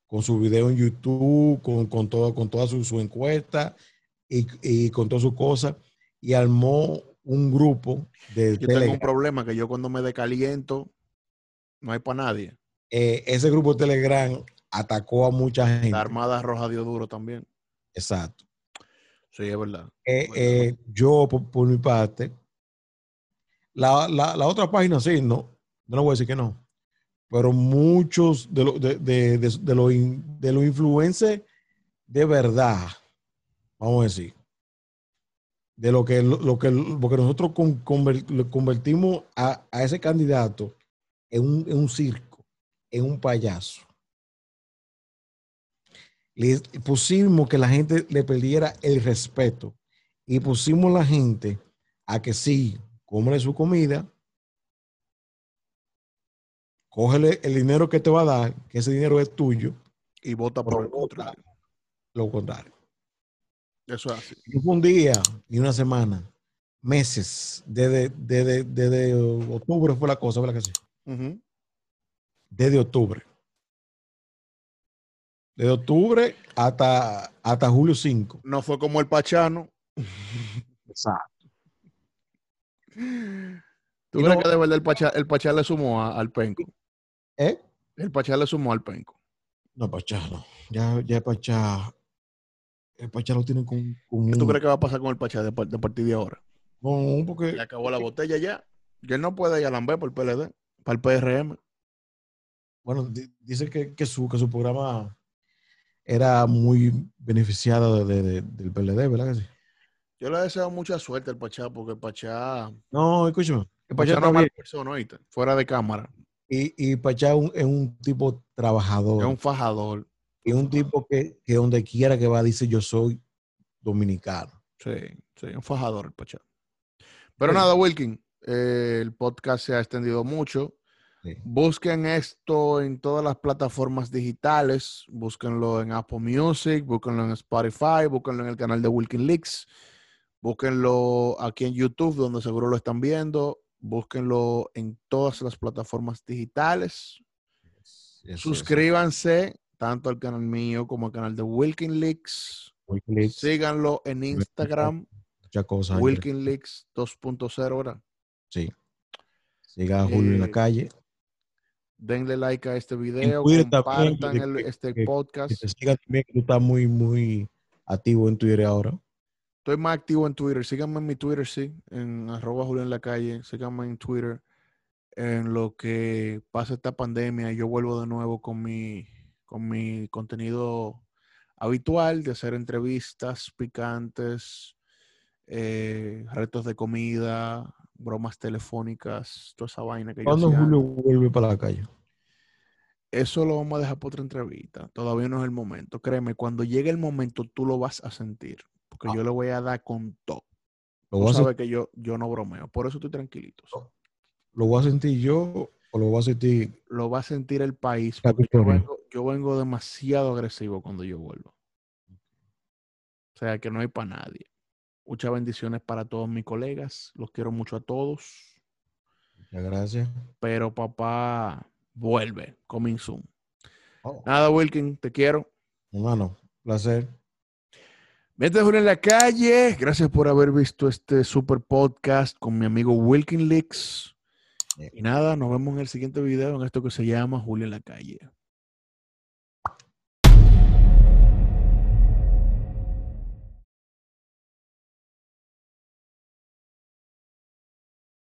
[SPEAKER 2] con su video en YouTube, con, con, todo, con toda su, su encuesta. Y, y, con todas sus cosas y armó un grupo de...
[SPEAKER 1] Yo Telegram. tengo un problema que yo cuando me decaliento no hay para nadie.
[SPEAKER 2] Eh, ese grupo de Telegram atacó a mucha gente. La
[SPEAKER 1] Armada Roja dio duro también.
[SPEAKER 2] Exacto.
[SPEAKER 1] Sí, es verdad.
[SPEAKER 2] Eh, eh, yo, por, por, mi parte, la, la, la, otra página sí, no, no le voy a decir que no, pero muchos de, los de, de, de, de los lo influencers de verdad, vamos a decir, de lo que, lo que, lo que nosotros con, convert, lo convertimos a, a, ese candidato en un, en un, circo, en un payaso. Le pusimos que la gente le perdiera el respeto y pusimos a la gente a que sí, cómele su comida, cógele el dinero que te va a dar, que ese dinero es tuyo.
[SPEAKER 1] Y vota por, por el contrario.
[SPEAKER 2] Lo contrario.
[SPEAKER 1] Eso es así.
[SPEAKER 2] Un día, ni una semana, meses, desde, desde, desde octubre fue la cosa, fue la que sí. Uh -huh. Desde octubre. Desde octubre hasta, hasta julio 5.
[SPEAKER 1] No fue como el Pachano.
[SPEAKER 2] Exacto.
[SPEAKER 1] ¿Tú crees no, que de verdad el Pachá, el Pachá le sumó a, al penco?
[SPEAKER 2] ¿Eh?
[SPEAKER 1] El Pachá le sumó al penco.
[SPEAKER 2] No, Pachá no. Ya, ya Pachá el Pachá lo tienen con, con
[SPEAKER 1] ¿Qué tú crees que va a pasar con el Pachá de, de partir de ahora?
[SPEAKER 2] No, porque.
[SPEAKER 1] Le acabó la botella ya. Y él no puede ir a Lambé por el PLD, para el PRM.
[SPEAKER 2] Bueno, di, dice que, que, su, que su programa era muy beneficiado de, de, del PLD, ¿verdad que sí?
[SPEAKER 1] Yo le deseo mucha suerte al Pachá, porque el Pachá.
[SPEAKER 2] No, escúchame.
[SPEAKER 1] El Pachá, no es una persona, ¿oíste? Fuera de cámara.
[SPEAKER 2] Y, y Pachá un, es un tipo trabajador.
[SPEAKER 1] Es un fajador.
[SPEAKER 2] Es un tipo que, que donde quiera que va dice yo soy dominicano.
[SPEAKER 1] Sí, sí, un fajador el Pachá. Pero sí. nada, Wilkin, eh, el podcast se ha extendido mucho. Sí. Busquen esto en todas las plataformas digitales, búsquenlo en Apple Music, búsquenlo en Spotify, búsquenlo en el canal de Wilkin Leaks, búsquenlo aquí en YouTube, donde seguro lo están viendo, búsquenlo en todas las plataformas digitales. Sí, Suscríbanse, tanto al canal mío como al canal de Wilkin Leaks. Síganlo en Instagram.
[SPEAKER 2] Muchas cosas.
[SPEAKER 1] Wilkin Leaks 2.0 ahora.
[SPEAKER 2] Sí. Siga Julio
[SPEAKER 1] Eh,
[SPEAKER 2] en la calle.
[SPEAKER 1] Denle like a este video,
[SPEAKER 2] Twitter también,
[SPEAKER 1] compartan el-
[SPEAKER 2] que-
[SPEAKER 1] este
[SPEAKER 2] que-
[SPEAKER 1] podcast.
[SPEAKER 2] Que te siga también, que tú estás muy, muy activo en Twitter ahora.
[SPEAKER 1] Estoy más activo en Twitter. Síganme en mi Twitter, sí, en arroba Julio en la calle. Síganme en Twitter. En lo que pasa esta pandemia, yo vuelvo de nuevo con mi, con mi contenido habitual de hacer entrevistas picantes, eh, retos de comida, bromas telefónicas, toda esa vaina que yo
[SPEAKER 2] ¿Cuándo
[SPEAKER 1] hacía
[SPEAKER 2] Julio
[SPEAKER 1] antes.
[SPEAKER 2] vuelve para la calle?
[SPEAKER 1] Eso lo vamos a dejar para otra entrevista. Todavía no es el momento. Créeme, cuando llegue el momento, tú lo vas a sentir. Porque
[SPEAKER 2] Ah.
[SPEAKER 1] yo le voy a dar con todo.
[SPEAKER 2] ¿Lo
[SPEAKER 1] Tú
[SPEAKER 2] voy, a
[SPEAKER 1] sabes que yo, yo no bromeo, por eso estoy tranquilito.
[SPEAKER 2] sen- ¿Lo voy a sentir yo o lo voy a sentir?
[SPEAKER 1] Lo va a sentir el país
[SPEAKER 2] La
[SPEAKER 1] porque yo
[SPEAKER 2] cultura.
[SPEAKER 1] vengo, yo vengo demasiado agresivo cuando yo vuelvo. O sea que no hay para nadie. Muchas bendiciones para todos mis colegas. Los quiero mucho a todos.
[SPEAKER 2] Muchas gracias.
[SPEAKER 1] Pero papá, vuelve. Coming soon.
[SPEAKER 2] Oh,
[SPEAKER 1] Nada, Wilkin, te quiero.
[SPEAKER 2] hermano, placer.
[SPEAKER 1] Vete Julio en la calle. Gracias por haber visto este super podcast con mi amigo Wilkin Leaks. Y nada, nos vemos en el siguiente video en esto que se llama Julio en la calle.